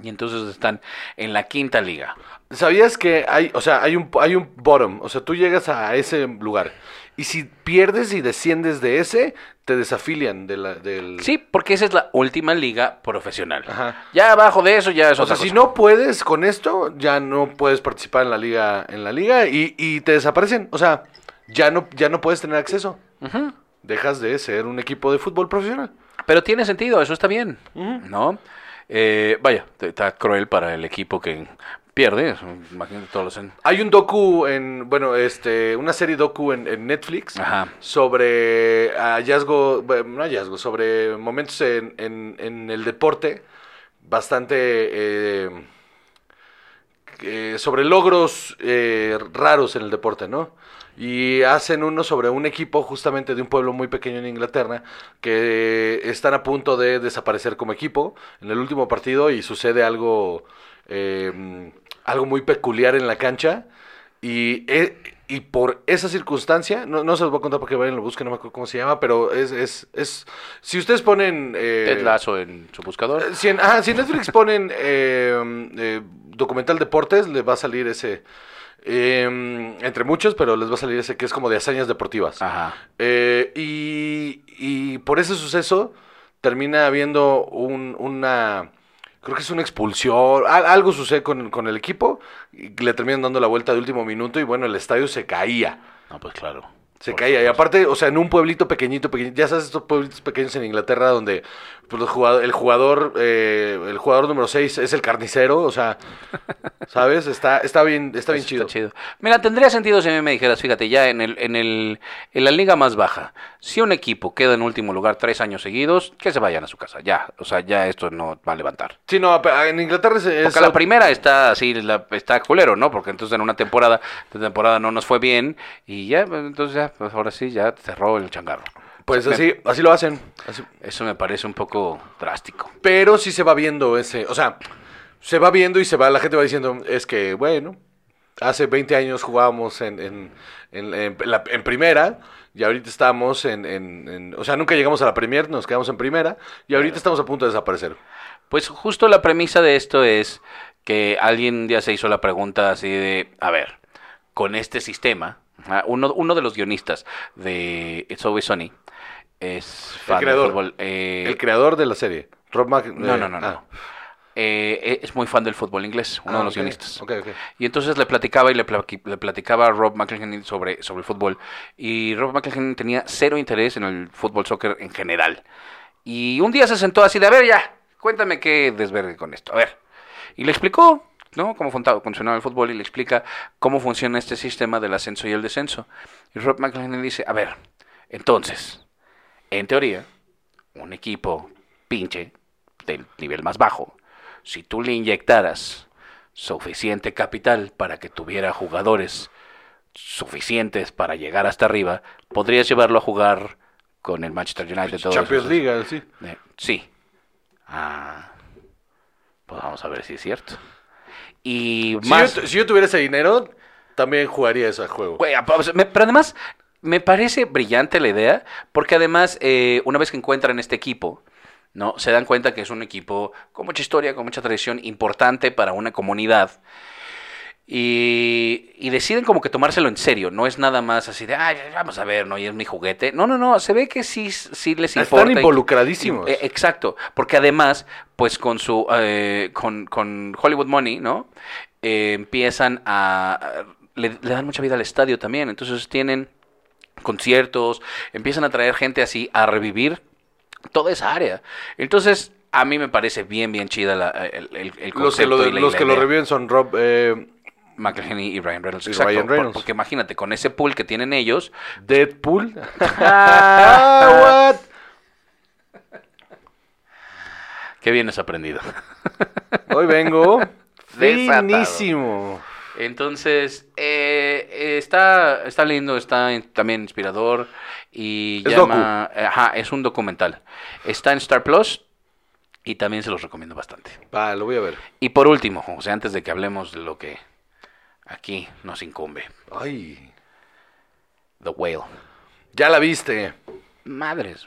[SPEAKER 5] Y entonces están en la quinta liga.
[SPEAKER 4] ¿Sabías que hay, o sea, hay un, hay un bottom? O sea, tú llegas a ese lugar. Y si pierdes y desciendes de ese, te desafilian de la, del...
[SPEAKER 5] Sí, porque esa es la última liga profesional.
[SPEAKER 4] Ajá.
[SPEAKER 5] Ya abajo de eso ya es
[SPEAKER 4] O
[SPEAKER 5] otra
[SPEAKER 4] sea, si
[SPEAKER 5] cosa.
[SPEAKER 4] no puedes con esto, ya no puedes participar en la liga, en la liga y, y te desaparecen. O sea, ya no, ya no puedes tener acceso.
[SPEAKER 5] Ujú.
[SPEAKER 4] Dejas de ser un equipo de fútbol profesional.
[SPEAKER 5] Pero tiene sentido, eso está bien, ¿no? Eh, vaya, t- está cruel para el equipo que pierde, imagínate todos los... en-
[SPEAKER 4] Hay un docu en, bueno, este, una serie docu en, en Netflix
[SPEAKER 5] Ajá.
[SPEAKER 4] sobre hallazgo, bueno, no hallazgo, sobre momentos en, en- en el deporte bastante, eh, eh, sobre logros eh, raros en el deporte, ¿no? Y hacen uno sobre un equipo justamente de un pueblo muy pequeño en Inglaterra que están a punto de desaparecer como equipo en el último partido y sucede algo, eh, algo muy peculiar en la cancha y, eh, y por esa circunstancia, no, no se los voy a contar porque vayan y lo busquen, no me acuerdo cómo se llama, pero es, es, es si ustedes ponen... eh,
[SPEAKER 5] Ted Lasso en su buscador.
[SPEAKER 4] si en, ajá, si en Netflix ponen eh, eh, documental deportes, les va a salir ese. eh, entre muchos, pero les va a salir ese que es como de hazañas deportivas.
[SPEAKER 5] Ajá.
[SPEAKER 4] Eh, y, y por ese suceso termina habiendo un- una... Creo que es una expulsión, al- algo sucede con, con el equipo, y le terminan dando la vuelta de último minuto y bueno, el estadio se caía.
[SPEAKER 5] No, pues claro.
[SPEAKER 4] Se
[SPEAKER 5] Por
[SPEAKER 4] caía. Y aparte, o sea, en un pueblito pequeñito, pequeñito, ya sabes estos pueblitos pequeños en Inglaterra donde pues, los jugado- el jugador, eh, el jugador número 6 es el carnicero, o sea, ¿sabes? Está, está bien, está bien
[SPEAKER 5] Eso
[SPEAKER 4] chido.
[SPEAKER 5] Mira, tendría sentido si a mí me dijeras, fíjate, ya en el, en el, en la liga más baja, si un equipo queda en último lugar tres años seguidos, que se vayan a su casa, ya, o sea, ya esto no va a levantar.
[SPEAKER 4] Sí, no, pe- en Inglaterra es, es
[SPEAKER 5] Porque la primera está así, la, está culero, ¿no? Porque entonces en una temporada, esta temporada no nos fue bien y ya, pues, entonces ya, pues ahora sí, ya cerró el changarro.
[SPEAKER 4] pues así, así lo hacen. Así-
[SPEAKER 5] Eso me parece un poco drástico.
[SPEAKER 4] Pero sí se va viendo ese, o sea, se va viendo y se va, la gente va diciendo, es que, bueno, hace 20 años jugábamos en, en, en- en la- en primera y ahorita estamos en, en- en- o sea, nunca llegamos a la Premier, nos quedamos en primera y ahorita estamos a punto de desaparecer.
[SPEAKER 5] Pues justo la premisa de esto es que alguien un día se hizo la pregunta así de, a ver, con este sistema, ah, uno, uno de los guionistas de It's Always Sunny es fan del
[SPEAKER 4] creador.
[SPEAKER 5] fútbol, eh,
[SPEAKER 4] El creador de la serie, Rob Mac...
[SPEAKER 5] no,
[SPEAKER 4] eh,
[SPEAKER 5] no, no, no.
[SPEAKER 4] ah.
[SPEAKER 5] Eh, es muy fan del fútbol inglés, uno
[SPEAKER 4] Ah,
[SPEAKER 5] de los
[SPEAKER 4] ok,
[SPEAKER 5] guionistas.
[SPEAKER 4] ok, ok.
[SPEAKER 5] Y entonces le platicaba y le, pla- le platicaba a Rob McElhenney sobre, sobre el fútbol. Y Rob McElhenney tenía cero interés en el fútbol soccer en general. Y un día se sentó así de, a ver ya, cuéntame qué desvergue con esto, a ver. Y le explicó, ¿no? Cómo funta- funcionaba el fútbol y le explica cómo funciona este sistema del ascenso y el descenso. Y Rob McElhenney dice, a ver, entonces, en teoría, un equipo pinche del nivel más bajo, si tú le inyectaras suficiente capital para que tuviera jugadores suficientes para llegar hasta arriba, podrías llevarlo a jugar con el Manchester United. todo eso.
[SPEAKER 4] Champions League, sí.
[SPEAKER 5] Eh, sí. Ah, pues vamos a ver si es cierto. Y
[SPEAKER 4] Si yo,
[SPEAKER 5] más... Pues,
[SPEAKER 4] tu- si yo tuviera ese dinero, también jugaría ese juego.
[SPEAKER 5] Güey, apa- o sea, me- pero además, me parece brillante la idea, porque además, eh, una vez que encuentran este equipo, ¿no? Se dan cuenta que es un equipo con mucha historia, con mucha tradición, importante para una comunidad. Y, y deciden como que tomárselo en serio, no es nada más así de, ay, vamos a ver, ¿no? Y es mi juguete. No, no, no, se ve que sí, sí les
[SPEAKER 4] Están
[SPEAKER 5] importa. y-
[SPEAKER 4] involucradísimos.
[SPEAKER 5] eh, exacto, porque además, pues con su, eh, con, con Hollywood Money, ¿no? Eh, empiezan a, a- le, le dan mucha vida al estadio también, entonces tienen conciertos, empiezan a traer gente así a revivir toda esa área. Entonces, a mí me parece bien, bien chida la, el, el, el
[SPEAKER 4] los que,
[SPEAKER 5] concepto
[SPEAKER 4] lo,
[SPEAKER 5] y la- y
[SPEAKER 4] los
[SPEAKER 5] la
[SPEAKER 4] que lo
[SPEAKER 5] idea.
[SPEAKER 4] reviven son Rob. eh,
[SPEAKER 5] McElhenney y Ryan Reynolds,
[SPEAKER 4] Y
[SPEAKER 5] exacto.
[SPEAKER 4] Ryan
[SPEAKER 5] por-
[SPEAKER 4] Reynolds.
[SPEAKER 5] porque imagínate, con ese pool que tienen ellos,
[SPEAKER 4] Deadpool. Ah,
[SPEAKER 5] qué bien es aprendido.
[SPEAKER 4] what? Hoy vengo.
[SPEAKER 5] Desatado.
[SPEAKER 4] Finísimo.
[SPEAKER 5] Entonces, eh, eh, está, está lindo, está in- también inspirador y
[SPEAKER 4] Es
[SPEAKER 5] llama, ajá, es un documental. Está en Star Plus y también se los recomiendo bastante.
[SPEAKER 4] Va, lo voy a ver.
[SPEAKER 5] Y por último, o sea, antes de que hablemos de lo que aquí nos incumbe,
[SPEAKER 4] Ay.
[SPEAKER 5] The Whale.
[SPEAKER 4] Ya la viste.
[SPEAKER 5] Madres.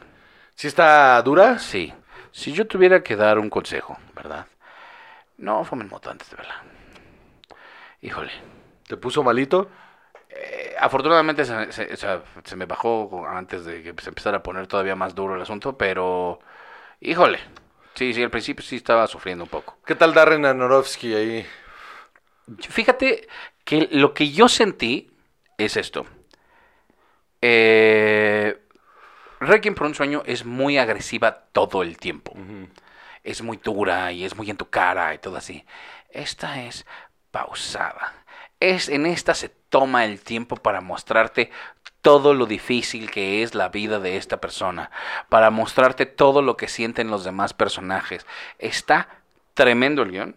[SPEAKER 4] ¿Sí está dura?
[SPEAKER 5] Sí, si yo tuviera que dar un consejo, ¿verdad? No fumen moto antes de verla. Híjole.
[SPEAKER 4] ¿Te puso malito?
[SPEAKER 5] Eh, afortunadamente se, se- o sea, se me bajó antes de que se empezara a poner todavía más duro el asunto, pero híjole, sí, sí, al principio sí estaba sufriendo un poco.
[SPEAKER 4] ¿Qué tal Darren Aronofsky ahí?
[SPEAKER 5] Fíjate que lo que yo sentí es esto. Eh, Requiem por un sueño es muy agresiva todo el tiempo. Es muy dura y es muy en tu cara y todo así. Esta es pausada. Es en esta se toma el tiempo para mostrarte todo lo difícil que es la vida de esta persona, para mostrarte todo lo que sienten los demás personajes. Está tremendo el guión,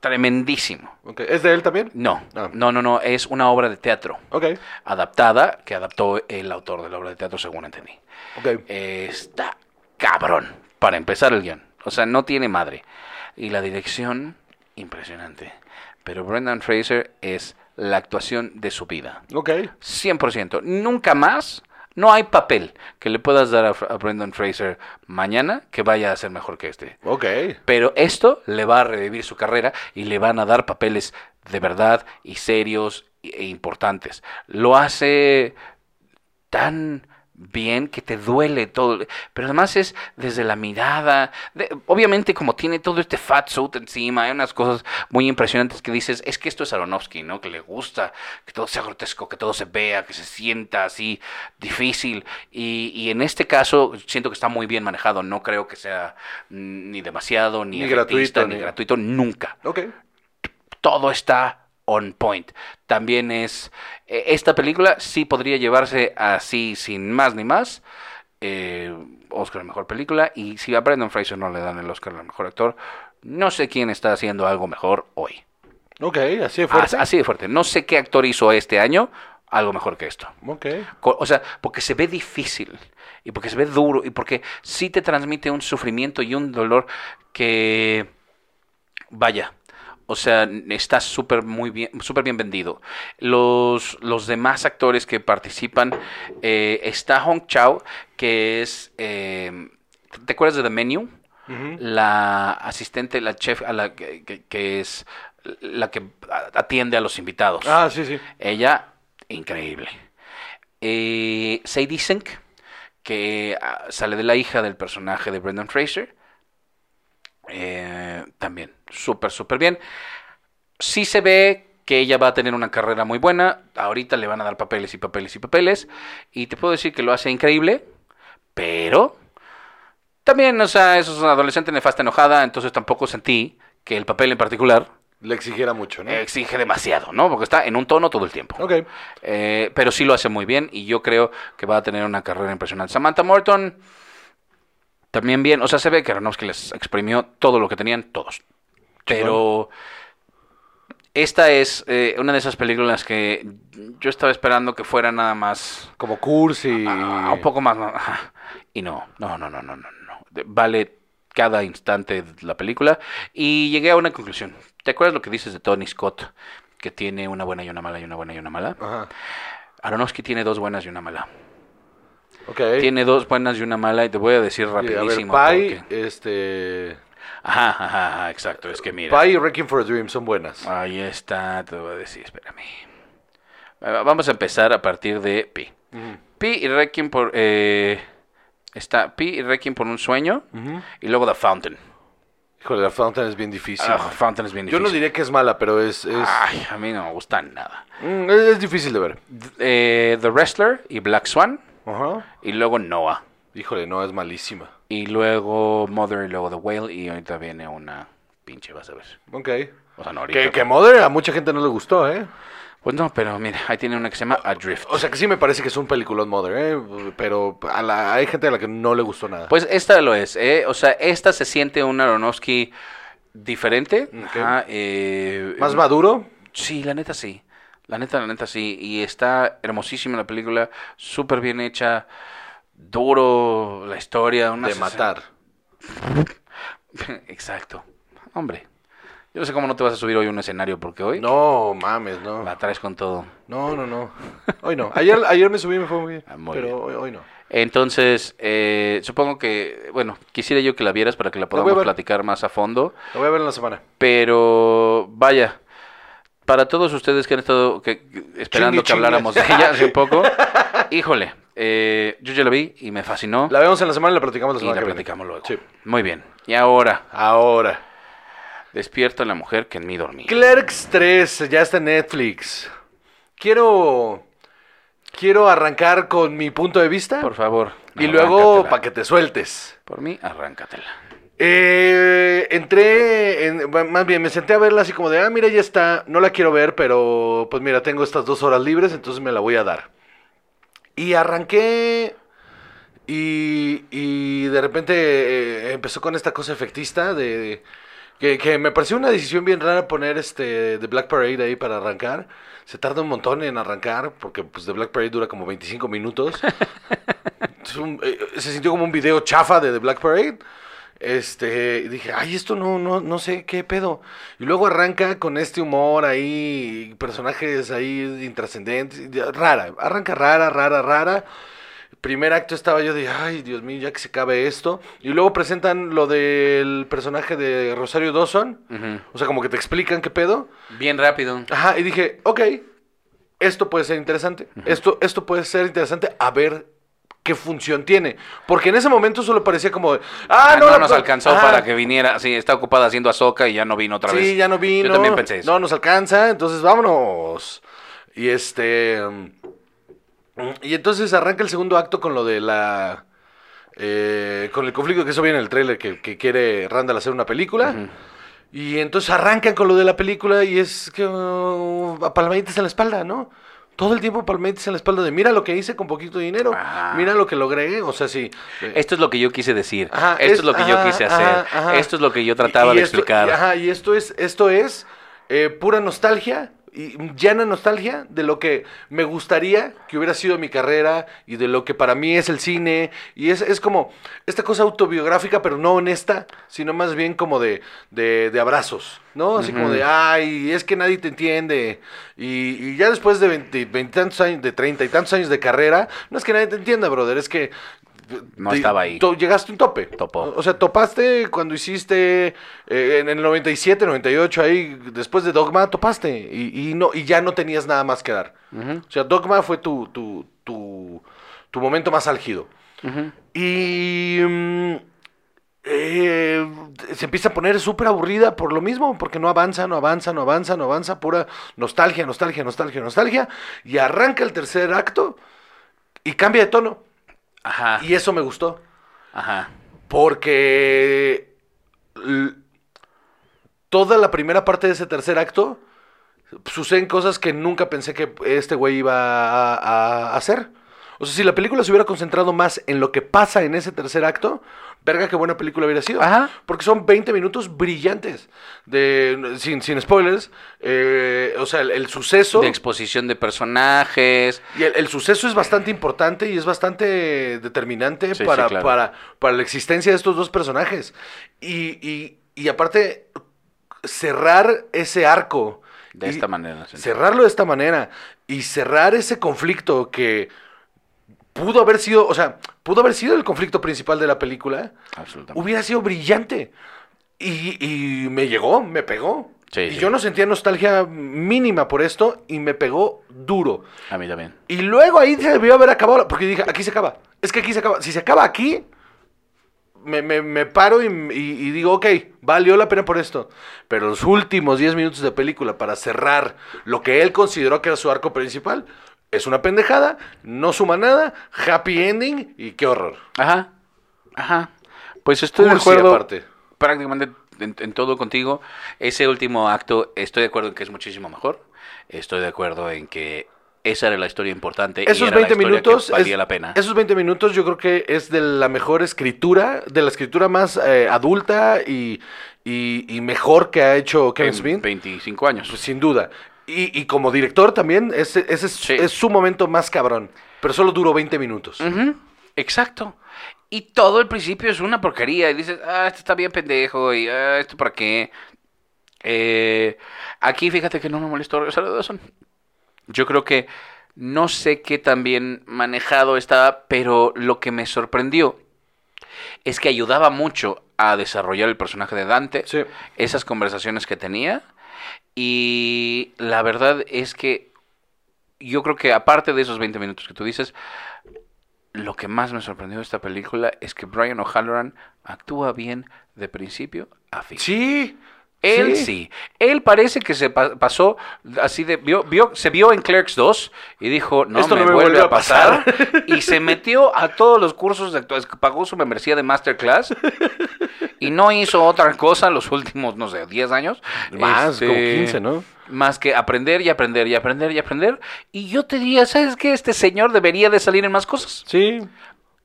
[SPEAKER 5] tremendísimo.
[SPEAKER 4] Ok, ¿Es de él también?
[SPEAKER 5] No,
[SPEAKER 4] Ah.
[SPEAKER 5] no, no, no, es una obra de teatro
[SPEAKER 4] Ok,
[SPEAKER 5] adaptada que adaptó el autor de la obra de teatro, según entendí.
[SPEAKER 4] ok.
[SPEAKER 5] Eh, está cabrón, para empezar el guión. O sea, no tiene madre. Y la dirección, impresionante. Pero Brendan Fraser es la actuación de su vida.
[SPEAKER 4] Ok.
[SPEAKER 5] 100%. Nunca más, no hay papel que le puedas dar a, Fra- a Brendan Fraser mañana que vaya a ser mejor que este.
[SPEAKER 4] Ok.
[SPEAKER 5] Pero esto le va a revivir su carrera y le van a dar papeles de verdad y serios e importantes. Lo hace tan bien que te duele todo. Pero además es desde la mirada. de- obviamente como tiene todo este fat suit encima, hay unas cosas muy impresionantes que dices, es que esto es Aronofsky, ¿no? Que le gusta, que todo sea grotesco, que todo se vea, que se sienta así difícil. Y, y en este caso siento que está muy bien manejado. No creo que sea mm, ni demasiado, ni,
[SPEAKER 4] Ni
[SPEAKER 5] efectista,
[SPEAKER 4] gratuito,
[SPEAKER 5] ni
[SPEAKER 4] ni-
[SPEAKER 5] gratuito, nunca
[SPEAKER 4] Ok.
[SPEAKER 5] todo está on point. También es. eh, Esta película sí podría llevarse así, sin más ni más. eh, Oscar a la mejor película. Y si a Brendan Fraser no le dan el Oscar al mejor actor, no sé quién está haciendo algo mejor hoy.
[SPEAKER 4] Ok, así de fuerte.
[SPEAKER 5] As- Ah, Así de fuerte. No sé qué actor hizo este año algo mejor que esto.
[SPEAKER 4] Ok.
[SPEAKER 5] Co- O sea, porque se ve difícil y porque se ve duro y porque sí te transmite un sufrimiento y un dolor que vaya. O sea, n- está súper muy bien, súper bien vendido. Los, los demás actores que participan, eh, está Hong Chao, que es, eh, ¿te acuerdas de The Menu?
[SPEAKER 4] Ujú.
[SPEAKER 5] La asistente, la chef, a la que, que- que es la que a- atiende a los invitados.
[SPEAKER 4] Ah, sí, sí.
[SPEAKER 5] Ella, increíble. Eh, Sadie Sink, que ah, sale de la hija del personaje de Brendan Fraser. eh, también, súper, súper bien. Sí se ve que ella va a tener una carrera muy buena. Ahorita le van a dar papeles y papeles y papeles. Y te puedo decir que lo hace increíble, pero también, o sea, es una adolescente nefasta enojada, entonces tampoco sentí que el papel en particular
[SPEAKER 4] Le exigiera mucho, ¿no?
[SPEAKER 5] exige demasiado, ¿no? Porque está en un tono todo el tiempo.
[SPEAKER 4] Ok.
[SPEAKER 5] Eh, pero sí lo hace muy bien y yo creo que va a tener una carrera impresionante. Samantha Morton también bien. O sea, se ve que Aronofsky les exprimió todo lo que tenían, todos. Pero Esta es eh, una de esas películas que yo estaba esperando que fuera nada más
[SPEAKER 4] Como cursi.
[SPEAKER 5] Ah, un poco más. más, ajá. Y no, no, no, no, no, no, no. De- Vale cada instante de la película. Y llegué a una conclusión. ¿Te acuerdas lo que dices de Tony Scott? Que tiene una buena y una mala y una buena y una mala.
[SPEAKER 4] Ajá.
[SPEAKER 5] Aronofsky tiene dos buenas y una mala.
[SPEAKER 4] Ok.
[SPEAKER 5] Tiene dos buenas y una mala y te voy a decir
[SPEAKER 4] Sí, a ver,
[SPEAKER 5] rapidísimo.
[SPEAKER 4] Pie,
[SPEAKER 5] porque-
[SPEAKER 4] este...
[SPEAKER 5] Ajá, ajá, ajá, exacto. Es que mira. Ah.
[SPEAKER 4] Pie y Wrecking for a Dream son buenas.
[SPEAKER 5] Ahí está, te voy a decir, espérame. Va- Vamos a empezar a partir de Pi.
[SPEAKER 4] Ujú.
[SPEAKER 5] Pi y Requiem por... eh, está Pi y Requiem por un sueño. Y luego The Fountain.
[SPEAKER 4] Híjole, la Fountain es bien difícil.
[SPEAKER 5] Ah, Fountain es bien
[SPEAKER 4] Yo no
[SPEAKER 5] difícil. Ah.
[SPEAKER 4] diría que es mala, pero es... es...
[SPEAKER 5] Ay, a mí no me gusta nada.
[SPEAKER 4] Mm, es, es difícil de ver.
[SPEAKER 5] Eh, The Wrestler y Black Swan.
[SPEAKER 4] Ajá.
[SPEAKER 5] Y luego Noah.
[SPEAKER 4] Híjole, no, es malísima.
[SPEAKER 5] Y luego Mother y luego The Whale. Y ahorita viene una pinche, vas a ver.
[SPEAKER 4] Ok.
[SPEAKER 5] O sea, no ahorita.
[SPEAKER 4] Que, que
[SPEAKER 5] pero-
[SPEAKER 4] Mother a mucha gente no le gustó, ¿eh?
[SPEAKER 5] Pues no, pero mira, ahí tiene una que se llama Adrift.
[SPEAKER 4] O sea que sí me parece que es un peliculón Mother, ¿eh? Pero a la- hay gente a la que no le gustó nada.
[SPEAKER 5] Pues esta lo es, ¿eh? O sea, esta se siente un Aronofsky diferente.
[SPEAKER 4] Ok.
[SPEAKER 5] Ajá, eh,
[SPEAKER 4] ¿Más maduro?
[SPEAKER 5] Sí, la neta sí. La neta, la neta sí. Y está hermosísima la película, súper bien hecha, duro la historia. una
[SPEAKER 4] De
[SPEAKER 5] sesen-
[SPEAKER 4] matar.
[SPEAKER 5] Exacto. Hombre, yo no sé cómo no te vas a subir hoy a un escenario porque hoy
[SPEAKER 4] No, mames, no.
[SPEAKER 5] la traes con todo.
[SPEAKER 4] No, no, no. Hoy no. Ayer, ayer me subí y me fue muy bien.
[SPEAKER 5] Ah, muy
[SPEAKER 4] pero
[SPEAKER 5] bien.
[SPEAKER 4] Hoy, hoy no.
[SPEAKER 5] Entonces, eh, supongo que, bueno, quisiera yo que la vieras para que la
[SPEAKER 4] voy a
[SPEAKER 5] podamos
[SPEAKER 4] ver.
[SPEAKER 5] platicar más a fondo.
[SPEAKER 4] Lo voy a ver en la semana.
[SPEAKER 5] Pero vaya, para todos ustedes que han estado que- que-
[SPEAKER 4] Chingue,
[SPEAKER 5] esperando que habláramos de
[SPEAKER 4] chingue.
[SPEAKER 5] ella hace poco, híjole, eh, yo ya la vi y me fascinó
[SPEAKER 4] La vemos en la semana y la platicamos la
[SPEAKER 5] y
[SPEAKER 4] semana
[SPEAKER 5] la
[SPEAKER 4] que viene.
[SPEAKER 5] platicamos luego.
[SPEAKER 4] Sí.
[SPEAKER 5] Muy bien. Y ahora,
[SPEAKER 4] Ahora.
[SPEAKER 5] despierta la mujer que en mí dormía.
[SPEAKER 4] Clerks 3 ya está en Netflix. Quiero. Quiero arrancar con mi punto de vista.
[SPEAKER 5] Por favor.
[SPEAKER 4] y luego
[SPEAKER 5] arráncatela.
[SPEAKER 4] para que te sueltes.
[SPEAKER 5] Por mí, arráncatela.
[SPEAKER 4] Eh, entré, en- bueno, más bien me senté a verla así como de, ah, mira, ya está, no la quiero ver, pero pues mira, tengo estas dos horas libres, entonces me la voy a dar. Y arranqué y, y de repente eh, empezó con esta cosa efectista de, de- que, que me pareció una decisión bien rara poner este The Black Parade ahí para arrancar. Se tarda un montón en arrancar porque pues The Black Parade dura como 25 minutos. Es un- eh, se sintió como un video chafa de The Black Parade. Este, y dije, ay, esto no, no, no sé qué pedo. Y luego arranca con este humor ahí, personajes ahí intrascendentes, ya, rara, arranca rara, rara, rara. Primer acto estaba yo de, ay, Dios mío, ya que se acabe esto. Y luego presentan lo del personaje de Rosario Dawson.
[SPEAKER 5] Ujú.
[SPEAKER 4] O sea, como que te explican qué pedo.
[SPEAKER 5] Bien rápido.
[SPEAKER 4] Ajá, y dije, ok, esto puede ser interesante. esto, esto puede ser interesante a ver qué función tiene. Porque en ese momento solo parecía como, de, ah,
[SPEAKER 5] Ah,
[SPEAKER 4] no,
[SPEAKER 5] no,
[SPEAKER 4] la-
[SPEAKER 5] nos alcanzó
[SPEAKER 4] ajá,
[SPEAKER 5] para que viniera. Sí, está ocupada haciendo azoka y ya no vino otra vez.
[SPEAKER 4] Sí, ya no vino.
[SPEAKER 5] Yo también pensé eso.
[SPEAKER 4] No nos alcanza, entonces vámonos. Y este... mm, Y entonces arranca el segundo acto con lo de la... eh, con el conflicto que eso viene en el tráiler que, que quiere Randall hacer una película. Y entonces arrancan con lo de la película y es que uh, palmaditas en la espalda, ¿no? Todo el tiempo palmaditas en la espalda de mira lo que hice con poquito dinero,
[SPEAKER 5] Ajá.
[SPEAKER 4] mira lo que logré, o sea, sí. eh,
[SPEAKER 5] Esto es lo que yo quise decir.
[SPEAKER 4] Ajá,
[SPEAKER 5] esto es, lo que yo
[SPEAKER 4] ajá,
[SPEAKER 5] quise hacer.
[SPEAKER 4] ajá, ajá.
[SPEAKER 5] Esto es lo que yo trataba
[SPEAKER 4] Y- y
[SPEAKER 5] de
[SPEAKER 4] esto-
[SPEAKER 5] explicar.
[SPEAKER 4] y- Ajá, y esto es, esto es eh, pura nostalgia, y llana nostalgia de lo que me gustaría que hubiera sido mi carrera y de lo que para mí es el cine. Y es, es como esta cosa autobiográfica, pero no honesta, sino más bien como de, de, de abrazos, ¿no? Así como de, ay, es que nadie te entiende. Y, y ya después de veinti- veintitantos años, de treinta y tantos años de carrera, no es que nadie te entienda, brother, es que...
[SPEAKER 5] No
[SPEAKER 4] te-
[SPEAKER 5] estaba ahí.
[SPEAKER 4] to- llegaste a un tope.
[SPEAKER 5] Topó.
[SPEAKER 4] O sea, topaste cuando hiciste eh, en el 97, 98, ahí después de Dogma, topaste. Y, y no, y ya no tenías nada más que dar. O sea, Dogma fue tu, tu, tu, tu momento más álgido. Y mm, eh, se empieza a poner súper aburrida por lo mismo, porque no avanza, no avanza, no avanza, no avanza, pura nostalgia, nostalgia, nostalgia, nostalgia. Y arranca el tercer acto y cambia de tono.
[SPEAKER 5] Ajá.
[SPEAKER 4] Y eso me gustó.
[SPEAKER 5] Ajá.
[SPEAKER 4] Porque l- toda la primera parte de ese tercer acto suceden cosas que nunca pensé que este güey iba a, a hacer. O sea, si la película se hubiera concentrado más en lo que pasa en ese tercer acto, verga, qué buena película hubiera sido.
[SPEAKER 5] Ajá.
[SPEAKER 4] Porque son 20 minutos brillantes, de, sin, sin spoilers. eh, o sea, el, el suceso...
[SPEAKER 5] De exposición de personajes.
[SPEAKER 4] Y el, el suceso es bastante importante y es bastante determinante
[SPEAKER 5] Sí, sí,
[SPEAKER 4] para,
[SPEAKER 5] claro.
[SPEAKER 4] para, para la existencia de estos dos personajes. Y, y- y aparte, cerrar ese arco.
[SPEAKER 5] De
[SPEAKER 4] y-
[SPEAKER 5] esta manera. sí.
[SPEAKER 4] Cerrarlo de esta manera y cerrar ese conflicto que pudo haber sido, o sea, pudo haber sido el conflicto principal de la película,
[SPEAKER 5] Absolutamente.
[SPEAKER 4] hubiera sido brillante. Y, y me llegó, me pegó.
[SPEAKER 5] Sí,
[SPEAKER 4] y
[SPEAKER 5] sí.
[SPEAKER 4] yo no sentía nostalgia mínima por esto y me pegó duro.
[SPEAKER 5] A mí también.
[SPEAKER 4] Y luego ahí se debió haber acabado, la- porque dije, aquí se acaba. Es que aquí se acaba. Si se acaba aquí, me, me- me paro y, y- y digo, ok, valió la pena por esto. Pero los últimos 10 minutos de película para cerrar lo que él consideró que era su arco principal, es una pendejada, no suma nada, happy ending y qué horror.
[SPEAKER 5] Ajá. Ajá. Pues estoy de
[SPEAKER 4] Cursi,
[SPEAKER 5] acuerdo.
[SPEAKER 4] aparte.
[SPEAKER 5] Prácticamente en, en todo contigo. Ese último acto, estoy de acuerdo en que es muchísimo mejor. Estoy de acuerdo en que esa era la historia importante. y
[SPEAKER 4] Esos
[SPEAKER 5] era la
[SPEAKER 4] 20
[SPEAKER 5] historia que
[SPEAKER 4] minutos.
[SPEAKER 5] Valía
[SPEAKER 4] es-
[SPEAKER 5] la pena.
[SPEAKER 4] Esos 20 minutos yo creo que es de la mejor escritura, de la escritura más eh, adulta y, y- y mejor que ha hecho Kevin
[SPEAKER 5] En
[SPEAKER 4] Smith.
[SPEAKER 5] 25 años.
[SPEAKER 4] Pues, sin duda. Y, y como director también, ese, ese es,
[SPEAKER 5] Sí.
[SPEAKER 4] es su momento más cabrón. Pero solo duró 20 minutos.
[SPEAKER 5] Ujú, Exacto. Y todo el principio es una porquería. Y dices, ah, esto está bien pendejo. Y ah, esto para qué. Eh, aquí fíjate que no me molestó regresar a Dawson. Yo creo que no sé qué tan bien manejado estaba, pero lo que me sorprendió es que ayudaba mucho a desarrollar el personaje de Dante,
[SPEAKER 4] Sí.
[SPEAKER 5] esas conversaciones que tenía. Y la verdad es que yo creo que aparte de esos 20 minutos que tú dices, lo que más me sorprendió de esta película es que Brian O'Halloran actúa bien de principio a fin.
[SPEAKER 4] Sí.
[SPEAKER 5] Él sí. Él parece que se pa- pasó así de. Vio, vio, se vio en Clerks 2 y dijo: No,
[SPEAKER 4] Esto
[SPEAKER 5] me, vuelve, a pasar. y se metió a todos los cursos de actuación. Pagó su membresía de Masterclass y no hizo otra cosa los últimos, no sé, 10 años.
[SPEAKER 4] Más,
[SPEAKER 5] Este,
[SPEAKER 4] como 15, ¿no?
[SPEAKER 5] Más que aprender y aprender y aprender y aprender. Y yo te diría: ¿Sabes qué? Este señor debería de salir en más cosas
[SPEAKER 4] Sí.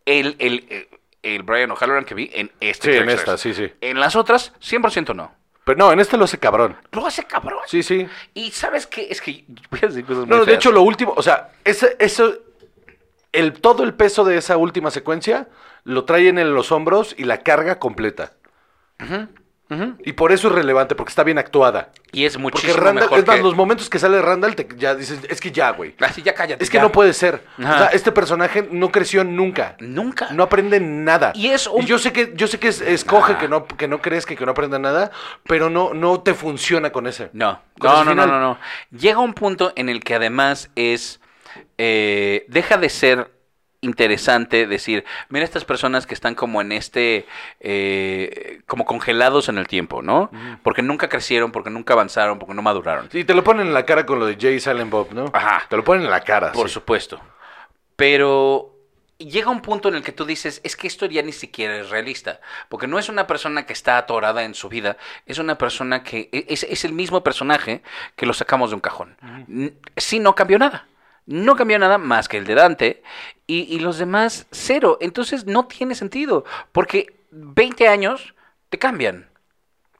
[SPEAKER 5] el, el, el- el Brian O'Halloran que vi en este.
[SPEAKER 4] Sí, en
[SPEAKER 5] Tricksters.
[SPEAKER 4] esta, sí, sí.
[SPEAKER 5] En las otras, 100% no.
[SPEAKER 4] Pero no, en este lo hace cabrón.
[SPEAKER 5] Lo hace cabrón.
[SPEAKER 4] Sí, sí.
[SPEAKER 5] Y sabes qué? Es que voy a decir cosas muy
[SPEAKER 4] No, no, de
[SPEAKER 5] feas.
[SPEAKER 4] hecho, lo último, o sea, ese, eso, el, todo el peso de esa última secuencia lo traen en los hombros y la carga completa. Y por eso es relevante, porque está bien actuada.
[SPEAKER 5] Y es
[SPEAKER 4] Porque
[SPEAKER 5] muchísimo
[SPEAKER 4] Randall,
[SPEAKER 5] mejor
[SPEAKER 4] es más,
[SPEAKER 5] que-
[SPEAKER 4] los momentos que sale Randall, te- ya dices, es que ya, güey.
[SPEAKER 5] Así, ya cállate.
[SPEAKER 4] Es que
[SPEAKER 5] ya.
[SPEAKER 4] no puede ser. O
[SPEAKER 5] Ajá.
[SPEAKER 4] sea, este personaje no creció nunca.
[SPEAKER 5] Nunca.
[SPEAKER 4] No aprende nada.
[SPEAKER 5] Y es un- Ah.
[SPEAKER 4] yo sé que, yo sé que es- escoge
[SPEAKER 5] Nah.
[SPEAKER 4] que no, que no crezca, y que no aprenda nada, pero no, no te funciona con ese.
[SPEAKER 5] No,
[SPEAKER 4] Con
[SPEAKER 5] no,
[SPEAKER 4] ese
[SPEAKER 5] no, no,
[SPEAKER 4] final.
[SPEAKER 5] no, no. Llega un punto en el que además es. eh, deja de ser interesante decir, mira estas personas que están como en este, eh, como congelados en el tiempo, ¿no? Porque nunca crecieron, porque nunca avanzaron, porque no maduraron.
[SPEAKER 4] Y te lo ponen en la cara con lo de Jay Silent Bob, ¿no?
[SPEAKER 5] Ajá.
[SPEAKER 4] Te lo ponen en la cara.
[SPEAKER 5] Por
[SPEAKER 4] sí.
[SPEAKER 5] supuesto. Pero llega un punto en el que tú dices, es que esto ya ni siquiera es realista. Porque no es una persona que está atorada en su vida, es una persona que e- es, es el mismo personaje que lo sacamos de un cajón. N- Sí, no cambió nada. No cambió nada más que el de Dante y, y los demás cero. Entonces no tiene sentido, porque 20 años te cambian.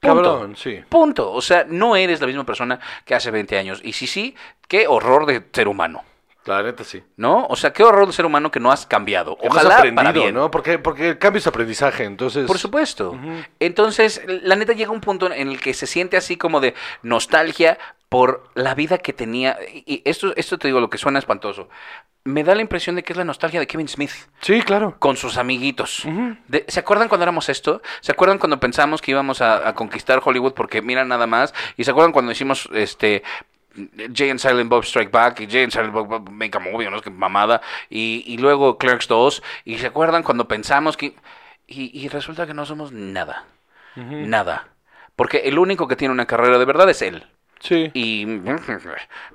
[SPEAKER 5] Punto.
[SPEAKER 4] Cabrón, sí.
[SPEAKER 5] Punto. O sea, no eres la misma persona que hace 20 años. Y sí, sí, qué horror de ser humano.
[SPEAKER 4] La neta sí.
[SPEAKER 5] ¿No? O sea, qué horror de ser humano que no has cambiado.
[SPEAKER 4] Que no has
[SPEAKER 5] Ojalá
[SPEAKER 4] aprendido,
[SPEAKER 5] para bien.
[SPEAKER 4] ¿no? Pues, Porque, porque el cambio es aprendizaje, entonces.
[SPEAKER 5] Por supuesto. Entonces, la neta llega un punto en el que se siente así como de nostalgia por la vida que tenía. Y y esto, esto te digo lo que suena espantoso. Me da la impresión de que es la nostalgia de Kevin Smith
[SPEAKER 4] Sí, claro.
[SPEAKER 5] con sus amiguitos. De- ¿Se acuerdan cuando éramos esto? ¿Se acuerdan cuando pensamos que íbamos a, a conquistar Hollywood porque mira nada más? ¿Y se acuerdan cuando hicimos este Jay and Silent Bob Strike Back y Jay and Silent Bob- Bob Make a Movie, o no es que mamada, y, y luego Clerks 2? ¿Y se acuerdan cuando pensamos que... Y, y resulta que no somos nada. Nada. Porque el único que tiene una carrera de verdad es él.
[SPEAKER 4] Sí.
[SPEAKER 5] Y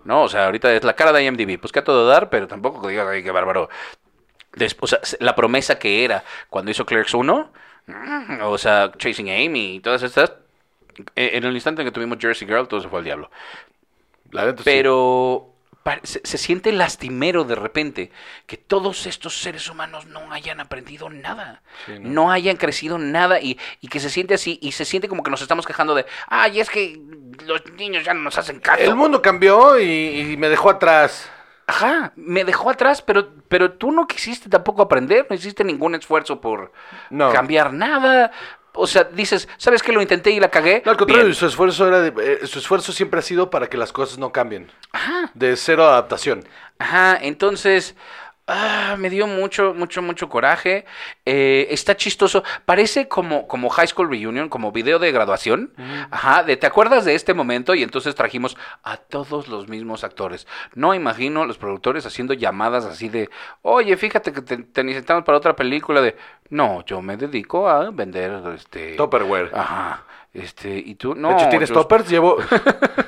[SPEAKER 5] no, o sea, ahorita es la cara de IMDb, pues que a todo dar, pero tampoco que digas, ay, qué bárbaro. Después, o sea, la promesa que era cuando hizo Clerks 1, mm, o sea, Chasing Amy y todas estas, e, eh, en el instante en que tuvimos Jersey Girl, todo se fue al diablo.
[SPEAKER 4] La neta sí.
[SPEAKER 5] Pero, pa- se, se siente lastimero de repente que todos estos seres humanos no hayan aprendido nada,
[SPEAKER 4] Sí,
[SPEAKER 5] no.
[SPEAKER 4] ¿no?
[SPEAKER 5] hayan crecido nada y, y que se siente así y se siente como que nos estamos quejando de, ay, es que los niños ya no nos hacen caso.
[SPEAKER 4] El mundo cambió y, y me dejó atrás.
[SPEAKER 5] Ajá, me dejó atrás, pero, pero tú no quisiste tampoco aprender, no hiciste ningún esfuerzo por
[SPEAKER 4] No.
[SPEAKER 5] cambiar nada. O sea, dices, ¿sabes qué? Lo intenté y la cagué.
[SPEAKER 4] No, al contrario,
[SPEAKER 5] Bien.
[SPEAKER 4] su esfuerzo era de- eh, su esfuerzo siempre ha sido para que las cosas no cambien.
[SPEAKER 5] Ajá,
[SPEAKER 4] De cero adaptación.
[SPEAKER 5] ajá. Entonces, ah, me dio mucho, mucho, mucho coraje. Eh, está chistoso. Parece como, como High School Reunion, como video de graduación.
[SPEAKER 4] Mm.
[SPEAKER 5] Ajá, de ¿te acuerdas de este momento? Y entonces trajimos a todos los mismos actores. No imagino los productores haciendo llamadas así de, oye, fíjate que te, te necesitamos para otra película de, no, yo me dedico a vender este...
[SPEAKER 4] Topperware.
[SPEAKER 5] Ajá. Este, y tú, no.
[SPEAKER 4] de hecho, ¿tienes
[SPEAKER 5] yo-
[SPEAKER 4] toppers? Llevo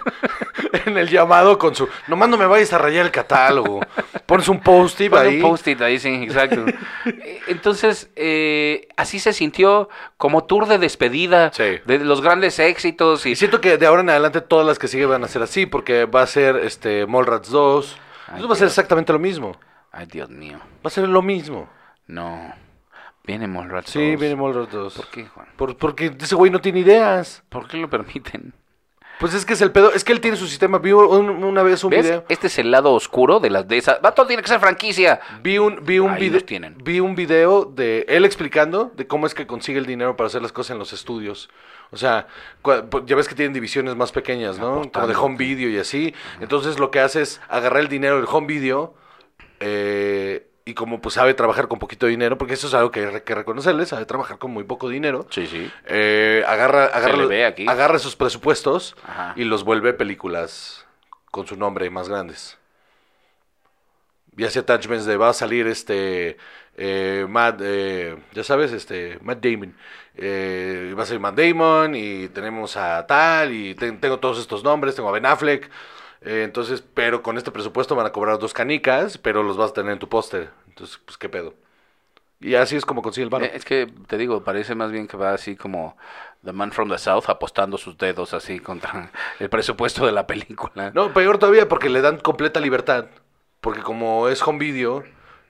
[SPEAKER 4] en el llamado con su... Nomás no me vayas a rayar el catálogo. Pones un post-it
[SPEAKER 5] Pon un
[SPEAKER 4] ahí.
[SPEAKER 5] post-it ahí, sí, exacto. Eh, Entonces, eh, así se sintió como tour de despedida
[SPEAKER 4] Sí.
[SPEAKER 5] de los grandes éxitos. Y,
[SPEAKER 4] Y siento que de ahora en adelante todas las que siguen van a ser así, porque va a ser este Mallrats 2.
[SPEAKER 5] Ay,
[SPEAKER 4] Entonces va a ser
[SPEAKER 5] Dios.
[SPEAKER 4] exactamente lo mismo.
[SPEAKER 5] Ay, Dios mío.
[SPEAKER 4] Va a ser lo mismo.
[SPEAKER 5] No. Viene Mallrats
[SPEAKER 4] Sí,
[SPEAKER 5] 2.
[SPEAKER 4] viene Mallrats 2.
[SPEAKER 5] ¿Por qué, Juan?
[SPEAKER 4] Por- porque ese güey no tiene ideas.
[SPEAKER 5] ¿Por qué lo permiten?
[SPEAKER 4] Pues es que es el pedo. Es que él tiene su sistema. Vi un- una vez un
[SPEAKER 5] ¿Ves?
[SPEAKER 4] video.
[SPEAKER 5] Este es el lado oscuro de las de esas. Va, todo tiene que ser franquicia.
[SPEAKER 4] Vi un, vi un
[SPEAKER 5] Ahí
[SPEAKER 4] video.
[SPEAKER 5] los tienen.
[SPEAKER 4] Vi un video de él explicando de cómo es que consigue el dinero para hacer las cosas en los estudios. O sea, cua- po- ya ves que tienen divisiones más pequeñas, ¿no? Como de
[SPEAKER 5] Apostando.
[SPEAKER 4] home video y así. Entonces lo que hace es agarrar el dinero del home video eh, y como pues sabe trabajar con poquito dinero, porque eso es algo que hay que reconocerle, sabe trabajar con muy poco dinero.
[SPEAKER 5] Sí, sí.
[SPEAKER 4] Eh, agarra, agarra,
[SPEAKER 5] le ve aquí.
[SPEAKER 4] agarra sus presupuestos
[SPEAKER 5] Ajá.
[SPEAKER 4] y los vuelve películas con su nombre más grandes. Y hace attachments de va a salir este eh, Matt, eh, ya sabes, este Matt Damon. Eh, va a salir Matt Damon y tenemos a tal y ten- tengo todos estos nombres, tengo a Ben Affleck. Eh, entonces, pero con este presupuesto van a cobrar dos canicas, pero los vas a tener en tu póster. Entonces, pues qué pedo. Y así es como consigue el balón.
[SPEAKER 5] Eh, Es que te digo, parece más bien que va así como The Man from the South apostando sus dedos así contra el presupuesto de la película.
[SPEAKER 4] No, peor todavía porque le dan completa libertad. Porque como es home video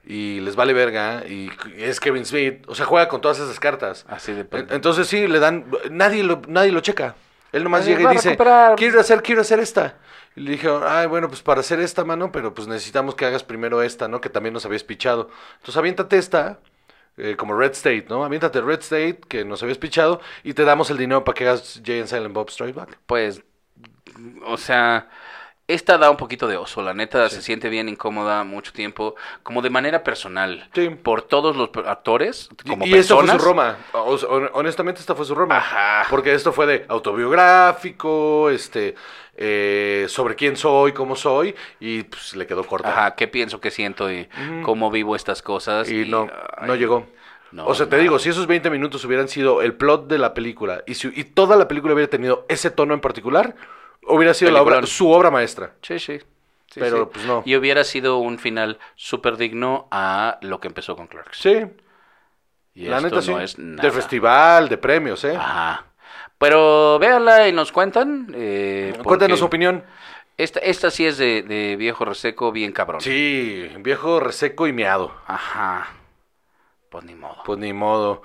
[SPEAKER 4] y les vale verga y es Kevin Smith, o sea, juega con todas esas cartas.
[SPEAKER 5] Así de
[SPEAKER 4] En- Entonces sí, le dan... Nadie lo, nadie lo checa. Él nomás
[SPEAKER 5] Nadie
[SPEAKER 4] llega
[SPEAKER 5] va
[SPEAKER 4] y
[SPEAKER 5] a
[SPEAKER 4] dice,
[SPEAKER 5] recuperar.
[SPEAKER 4] quiero hacer, quiero hacer esta. Y le dije, ay, bueno, pues para hacer esta, mano, pero pues necesitamos que hagas primero esta, ¿no? Que también nos habías pichado. Entonces aviéntate esta, eh, como Red State, ¿no? Aviéntate Red State, que nos habías pichado, y te damos el dinero para que hagas Jay and Silent Bob Strike Back.
[SPEAKER 5] Pues, o sea, esta da un poquito de oso, la neta se siente bien incómoda mucho tiempo, como de manera personal,
[SPEAKER 4] Sí.
[SPEAKER 5] por todos los per- actores, como
[SPEAKER 4] y esto fue
[SPEAKER 5] personas.
[SPEAKER 4] su Roma. O- o- honestamente, esta fue su Roma.
[SPEAKER 5] Ajá.
[SPEAKER 4] Porque esto fue de autobiográfico, este, eh, sobre quién soy, cómo soy, y pues le quedó corta.
[SPEAKER 5] Ajá, qué pienso, qué siento y cómo vivo estas cosas.
[SPEAKER 4] Y no,
[SPEAKER 5] ay,
[SPEAKER 4] no llegó.
[SPEAKER 5] no,
[SPEAKER 4] o sea, te
[SPEAKER 5] no.
[SPEAKER 4] digo, si esos 20 minutos hubieran sido el plot de la película y, si- y toda la película hubiera tenido ese tono en particular, hubiera sido la obra-
[SPEAKER 5] Peliculón.
[SPEAKER 4] su obra maestra.
[SPEAKER 5] Sí, sí. Sí,
[SPEAKER 4] Pero,
[SPEAKER 5] sí.
[SPEAKER 4] pues, no.
[SPEAKER 5] Y hubiera sido un final súper digno a lo que empezó con Clerks.
[SPEAKER 4] Sí,
[SPEAKER 5] Y
[SPEAKER 4] la
[SPEAKER 5] esto
[SPEAKER 4] neta sí.
[SPEAKER 5] no es nada. Ah,
[SPEAKER 4] De festival, de premios, ¿eh?
[SPEAKER 5] Ajá. Pero véanla y nos cuentan. eh, porque
[SPEAKER 4] Cuéntanos su opinión.
[SPEAKER 5] Esta, esta sí es de, de viejo reseco, bien cabrón.
[SPEAKER 4] Sí, viejo, reseco y meado.
[SPEAKER 5] Ajá. Pues ni modo.
[SPEAKER 4] Pues ni modo.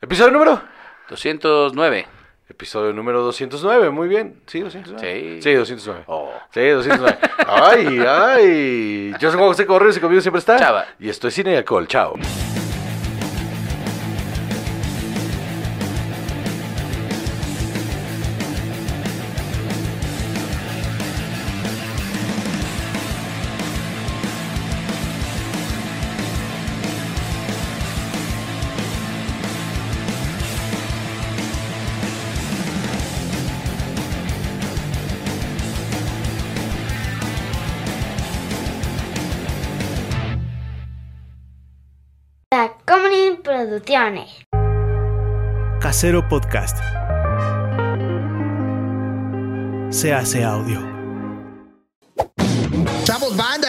[SPEAKER 4] ¿Episodio número?
[SPEAKER 5] 209.
[SPEAKER 4] Episodio número 209, muy bien. Sí, 209.
[SPEAKER 5] Sí.
[SPEAKER 4] 209.
[SPEAKER 5] Oh.
[SPEAKER 4] Sí, 209. ay, ay. Yo soy Juan José Correos y conmigo siempre está.
[SPEAKER 5] Chava.
[SPEAKER 4] Y esto es Cine y Alcohol. Chao.
[SPEAKER 1] Tacomunin Producciones.
[SPEAKER 2] Casero Podcast. Se hace audio.
[SPEAKER 7] Chavos, banda,